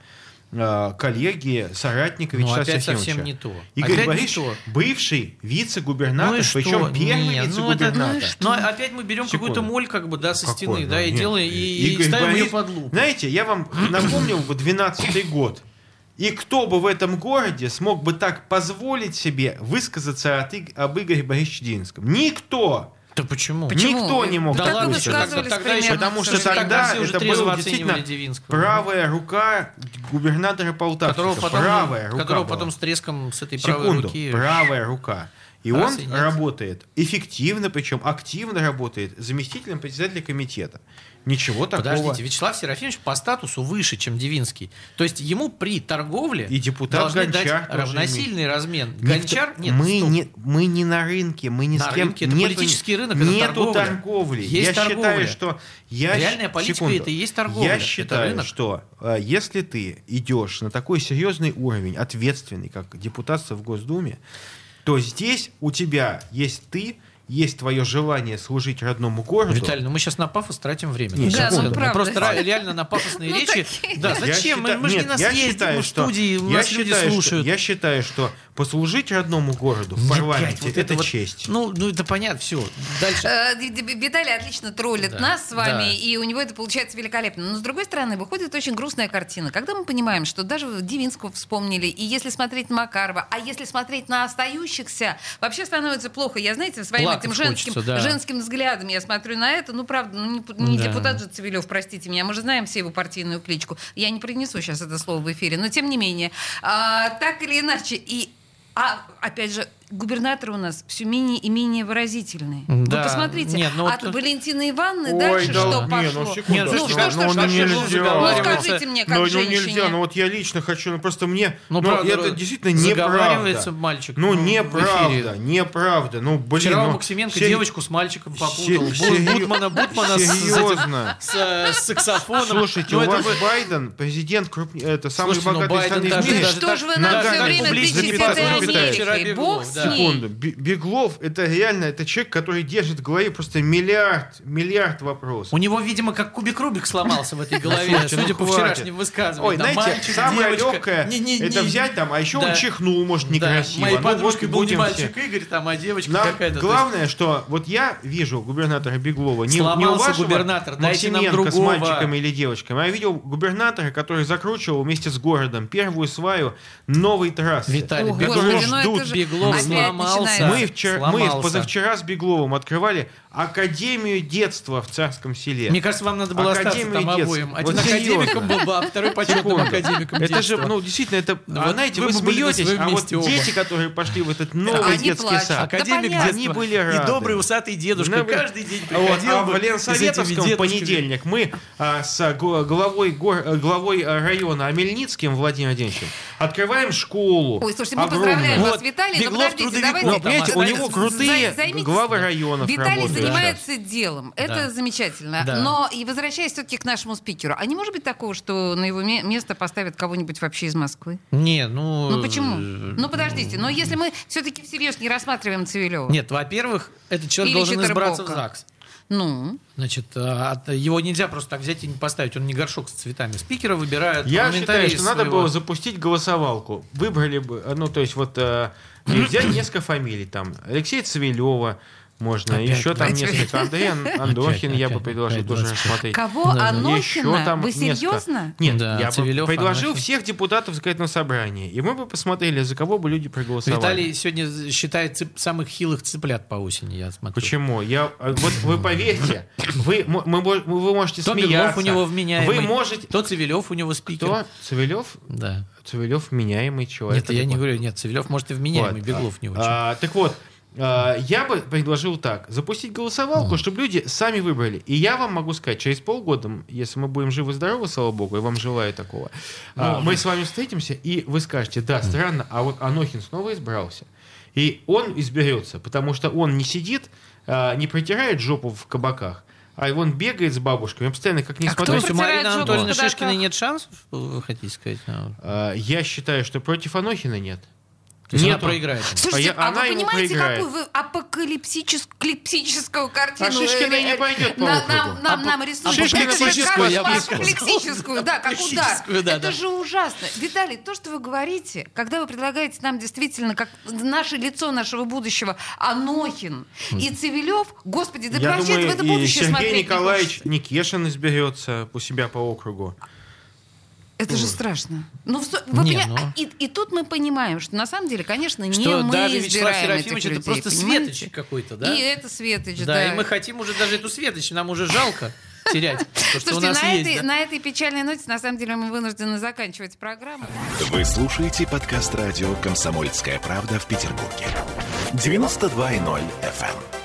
S4: э, коллеги, соратника
S3: Ну,
S4: Вячеслава
S3: опять
S4: Серафимовича.
S3: совсем не то.
S4: Игорь
S3: Опять не
S4: Борисович,
S3: то.
S4: бывший
S3: Ну
S4: вице-губернатор,
S3: и что?
S4: причем первый
S3: Не, ну это-
S4: вице-губернатор.
S3: Ну опять мы берем
S4: Секунду.
S3: какую-то моль как бы, да, со
S4: Какой,
S3: стены,
S4: ну,
S3: да, и
S4: нет.
S3: делаем, и, и
S4: Игорь
S3: ставим ее
S4: Борис-
S3: под лупу.
S4: Знаете, я вам напомнил бы 12 год. И кто бы в этом городе смог бы так позволить себе высказаться от Иг- об Игоре Борисовиче Динском? Никто!
S3: Да почему?
S2: Почему?
S4: Никто не мог
S2: Да
S4: так
S2: ладно,
S4: высказаться.
S2: еще тогда-
S3: тогда еще-
S4: Потому что
S2: Совершенно
S4: тогда
S3: все уже
S4: это
S3: трезво
S4: было
S3: оценивали
S4: действительно
S3: Дивинского.
S4: правая рука губернатора Полтавского.
S3: которого потом,
S4: правая рука
S3: которого
S4: была.
S3: потом с треском с этой правой
S4: Секунду.
S3: руки.
S4: Правая рука. И
S3: Раз
S4: он
S3: и нет.
S4: работает эффективно, причем активно работает заместителем председателя комитета. Ничего такого.
S3: Подождите, Вячеслав Серафимович по статусу выше, чем Дивинский. То есть ему при торговле
S4: И депутат
S3: должны
S4: Гончар
S3: дать
S4: тоже
S3: равносильный размен.
S4: Никто-
S3: Гончар? Нет,
S4: мы
S3: стоп.
S4: не мы не на рынке, мы ни
S3: На
S4: с кем
S3: рынке это политический рынок, это
S4: нету
S3: торговля.
S4: торговли.
S3: Есть
S4: я
S3: торговля.
S4: считаю, что я щ-
S3: Реальная политика
S4: секунду.
S3: это и есть торговля,
S4: Я
S3: это
S4: считаю,
S3: рынок.
S4: что э, если ты идешь на такой серьезный уровень, ответственный, как депутатство в Госдуме, то здесь у тебя есть ты, есть твое желание служить родному городу.
S3: Виталий, ну мы сейчас на пафос тратим время.
S4: Не,
S2: Да, ну, секунду. правда.
S3: Просто ре- реально на пафосные
S2: Ну,
S3: речи.
S2: такие.
S3: Да,
S4: Я
S3: зачем? Мы-
S4: считаю-
S3: Мы же не
S4: нет,
S3: на
S4: я
S3: съезде, мы
S4: считаю,
S3: в
S4: что-
S3: студии, у
S4: я
S3: нас люди
S4: считаю, что-
S3: слушают.
S4: Я считаю, что послужить родному городу в
S3: Опять
S4: парламенте
S3: вот
S4: это
S3: вот-
S4: честь.
S3: Ну, ну это понятно, все. Дальше.
S2: Э, Д- Д- Виталий отлично троллит
S3: Да.
S2: нас с вами,
S3: Да.
S2: и у него это получается великолепно. Но с другой стороны, выходит очень грустная картина. Когда мы понимаем, что даже Дивинского вспомнили, и если смотреть на Макарова, а если смотреть на остающихся, вообще становится плохо. Я, знаете, своим
S3: Плакать
S2: этим женским,
S3: хочется, да.
S2: женским взглядом я смотрю на это. Ну, правда, ну, не, пу- не
S3: Да.
S2: депутат же Цивилев, простите меня, мы же знаем все его партийную кличку. Я не принесу сейчас это слово в эфире, но тем не менее. А, так или иначе, и а, опять же, губернаторы у нас все менее и менее выразительные.
S3: Да.
S2: Вы посмотрите,
S3: Нет, ну вот
S2: от
S3: тут-
S2: Валентины Ивановны
S4: Ой,
S2: дальше
S4: да
S2: что
S4: ладно.
S2: пошло?
S4: Не, ну, секунду.
S3: Нет,
S2: ну,
S3: слушайте,
S2: что,
S3: ну,
S2: что,
S3: ну,
S2: что,
S3: нельзя.
S2: что, что, ну, скажите
S3: Ну,
S2: мне, как
S4: Ну, ну,
S2: женщине.
S4: нельзя, ну вот я лично хочу, ну просто мне,
S3: Ну,
S4: ну,
S3: правда,
S4: это действительно
S3: заговаривается
S4: неправда.
S3: мальчик,
S4: Ну,
S3: ну, в
S4: неправда,
S3: эфире.
S4: неправда. Ну, блин,
S3: Вчера
S4: ну,
S3: Максименко
S4: сер-
S3: девочку с мальчиком
S4: се-
S3: попутал. Бу-
S4: серьё-
S3: Бутмана, Бутмана с- с этим-
S4: Серьезно.
S3: с, э, с саксофоном.
S4: Слушайте, у
S3: Ну, это
S4: вас
S3: вы-
S4: Байден, президент крупней- это самый
S3: Слушайте, ну,
S4: богатый
S3: Байден
S4: страны в
S3: даже-
S4: мире.
S3: даже-
S2: Что ж вы
S4: на
S2: нам все
S4: Гагарину
S2: время
S4: публично
S2: тычете
S4: записал,
S2: этой
S4: запятая.
S3: Вчера
S2: Америкой?
S3: Беглов,
S2: Бог с
S3: да.
S2: ней.
S4: Секунду. Бе- Беглов, это реально, это человек, который держит в голове просто миллиард, миллиард вопросов.
S3: У него, видимо, как кубик Рубик сломался в этой голове,
S4: Слушайте, ну,
S3: судя по
S4: хватит.
S3: вчерашним высказываниям.
S4: Ой,
S3: Там
S4: знаете,
S3: мальчик,
S4: самое
S3: девочка.
S4: легкое
S3: Не- не-
S4: это
S3: не-
S4: взять там, а еще
S3: Да.
S4: он чихнул, может,
S3: Да.
S4: некрасиво.
S3: Моей
S4: Ну, вот
S3: подружкой
S4: и
S3: был не
S4: будем
S3: мальчик
S4: все.
S3: Игорь, там, а девочка
S4: Нам
S3: какая-то. То есть
S4: главное, что вот я вижу губернатора Беглова, не, не у
S3: Сломался
S4: вашего
S3: губернатор, дайте нам
S4: Максименко с
S3: другого.
S4: мальчиками или девочками, а я видел губернатора, который закручивал вместе с городом первую сваю новой трассы.
S3: Виталий,
S2: О,
S3: Беглов,
S2: Господи,
S4: ну
S2: это
S3: ждут,
S2: же
S3: Беглов
S2: опять
S3: сломался.
S2: начинается.
S4: Мы, вчера, мы
S3: Сломался.
S4: позавчера с Бегловым открывали Академию детства в Царском селе.
S3: Мне кажется, вам надо было остаться
S4: Академию
S3: там
S4: детства.
S3: обоим. Один
S4: Вот
S3: академиком
S4: серьезно.
S3: был бы, а второй почетным
S4: Секунду.
S3: академиком
S4: Это же,
S3: детства.
S4: ну, действительно, это,
S3: Ну,
S4: вы
S3: вот
S4: знаете,
S3: вы
S4: вы,
S3: бы были бы
S4: смеетесь,
S3: вы
S4: а вот
S3: вместе оба.
S4: дети, которые пошли в этот новый
S2: Они
S4: детский
S2: плачут.
S4: сад,
S3: Академик
S2: Да
S3: детства.
S4: они были рады.
S3: И добрый усатый дедушка
S4: Ну, вы-
S3: каждый день
S4: А Вот,
S3: приходил
S4: а
S3: бы
S4: в
S3: и с этими
S4: Ленсоветовском в
S3: дедушками.
S4: понедельник мы а, с а, гу- главой, гор- э, главой э, района Амельницким Владимиром Владимировичем Открываем школу.
S2: Ой, слушайте, мы
S4: огромную.
S2: поздравляем вас,
S4: Вот,
S2: Виталий, но
S4: Беглов
S2: подождите,
S4: трудовиков.
S2: давайте... э,
S4: Ну, понимаете, у
S3: Давайте
S4: него
S3: за-
S4: крутые
S2: займитесь-
S4: главы районов
S2: Виталий
S4: работают.
S2: занимается делом. Это
S3: Да.
S2: замечательно.
S3: Да.
S2: Но и возвращаясь все-таки к нашему спикеру, а не может быть такого, что на его ме- место поставят кого-нибудь вообще из Москвы?
S3: Не, ну...
S2: Ну почему?
S3: э,
S2: Ну подождите, но если мы все-таки всерьез не рассматриваем Цивилева.
S3: Нет, во-первых, этот человек
S2: Типа. Или
S3: должен избраться в
S2: Четырбока.
S3: ЗАГС.
S2: Ну,
S3: Значит, а, от- его нельзя просто так взять и не поставить. Он не горшок с цветами. Спикера выбирают
S4: Я
S3: парламентарии
S4: считаю, что надо
S3: своего.
S4: было запустить голосовалку. Выбрали бы, э, ну, то есть вот э, взять несколько фамилий там. Алексей Цивилева можно,
S3: Опять
S4: еще там
S2: двадцать.
S4: несколько. Андрей Ан- Андохин я бы
S3: опять,
S4: предложил
S3: опять
S4: тоже
S3: двадцать.
S4: рассмотреть.
S2: кого?
S3: Да, да.
S4: Еще
S2: Анохина?
S4: там
S2: Вы
S4: несколько.
S2: серьезно?
S4: Нет,
S3: Да,
S4: я бы
S3: Цивилев,
S4: предложил
S3: Анохин.
S4: всех депутатов сказать на собрании. И мы бы посмотрели, за кого бы люди проголосовали.
S3: Виталий сегодня считает цып- самых хилых цыплят по осени, я смотрю.
S4: Почему? Я, а, вот вы поверьте, вы, м- мы, мо- вы можете
S3: То Беглов
S4: смеяться.
S3: у него вменяемый,
S4: Вы можете...
S3: то Цивилев у него спикер.
S4: Кто? Цивилев?
S3: Да.
S4: Цивилев вменяемый человек.
S3: нет, я не говорю, нет, Цивилев может и вменяемый,
S4: Вот.
S3: Беглов не очень.
S4: А, так вот, а, я бы предложил так: запустить голосовалку, чтобы люди сами выбрали. И я вам могу сказать, через полгода, м, если мы будем живы-здоровы, слава богу, я вам желаю такого, а, мы с вами встретимся, и вы скажете: да, странно, а вот Анохин снова избрался. И он изберется, потому что он не сидит, а, не протирает жопу в кабаках, а он бегает с бабушками. Я постоянно как не
S2: А кто
S3: То
S4: смотрю.
S3: есть у
S2: протирает
S3: Марины
S2: жопу в
S3: Анатольевны
S2: кадаках?
S3: Шишкиной нет шансов, э, вы хотите сказать? А,
S4: А, Я считаю, что против Анохина нет.
S3: То есть она
S4: Нету.
S3: проиграет.
S2: Слушайте,
S4: А я-
S2: а,
S4: она
S2: вы
S4: ему
S2: понимаете,
S4: проиграет.
S2: какую вы апокалипсическую картину
S4: А Шишкина
S2: э, э,
S4: не пойдет по
S2: на-
S4: округу.
S2: нам, нам,
S3: А
S2: нам рисуют?
S4: Шишкина
S2: Это же
S4: классическую, я бы
S2: кошмар,
S4: сказал.
S2: апокалипсическую, да, как удар.
S3: Апокалипсическую, да,
S2: это
S3: да.
S2: же ужасно. Виталий, то, что вы говорите, когда вы предлагаете нам действительно, как наше лицо нашего будущего, Анохин и
S3: Хм.
S2: Цивилев, господи, да
S4: Я
S2: вообще
S4: думаю,
S2: в это
S4: и
S2: будущее смотреть не
S4: Сергей Николаевич
S2: хочется.
S4: Никешин изберется у себя по округу.
S2: Это же страшно. Ну, всё- вы
S3: Не,
S2: поня-
S3: ну.
S2: а и, и тут мы понимаем, что на самом деле, конечно, не
S3: Что
S2: мы
S3: даже Вячеслав
S2: избираем этих
S3: Серафимович
S2: людей,
S3: это просто
S2: понимаете?
S3: светоч какой-то, да?
S2: И это Светоч,
S3: да,
S2: да.
S3: и мы хотим уже даже эту светоч, нам уже жалко терять, то, что у
S2: Слушайте,
S3: нас
S2: на,
S3: есть.
S2: этой,
S3: да.
S2: на этой печальной ноте, на самом деле, мы вынуждены заканчивать программу.
S1: Вы слушаете подкаст радио «Комсомольская правда» в Петербурге. 92.0 FM.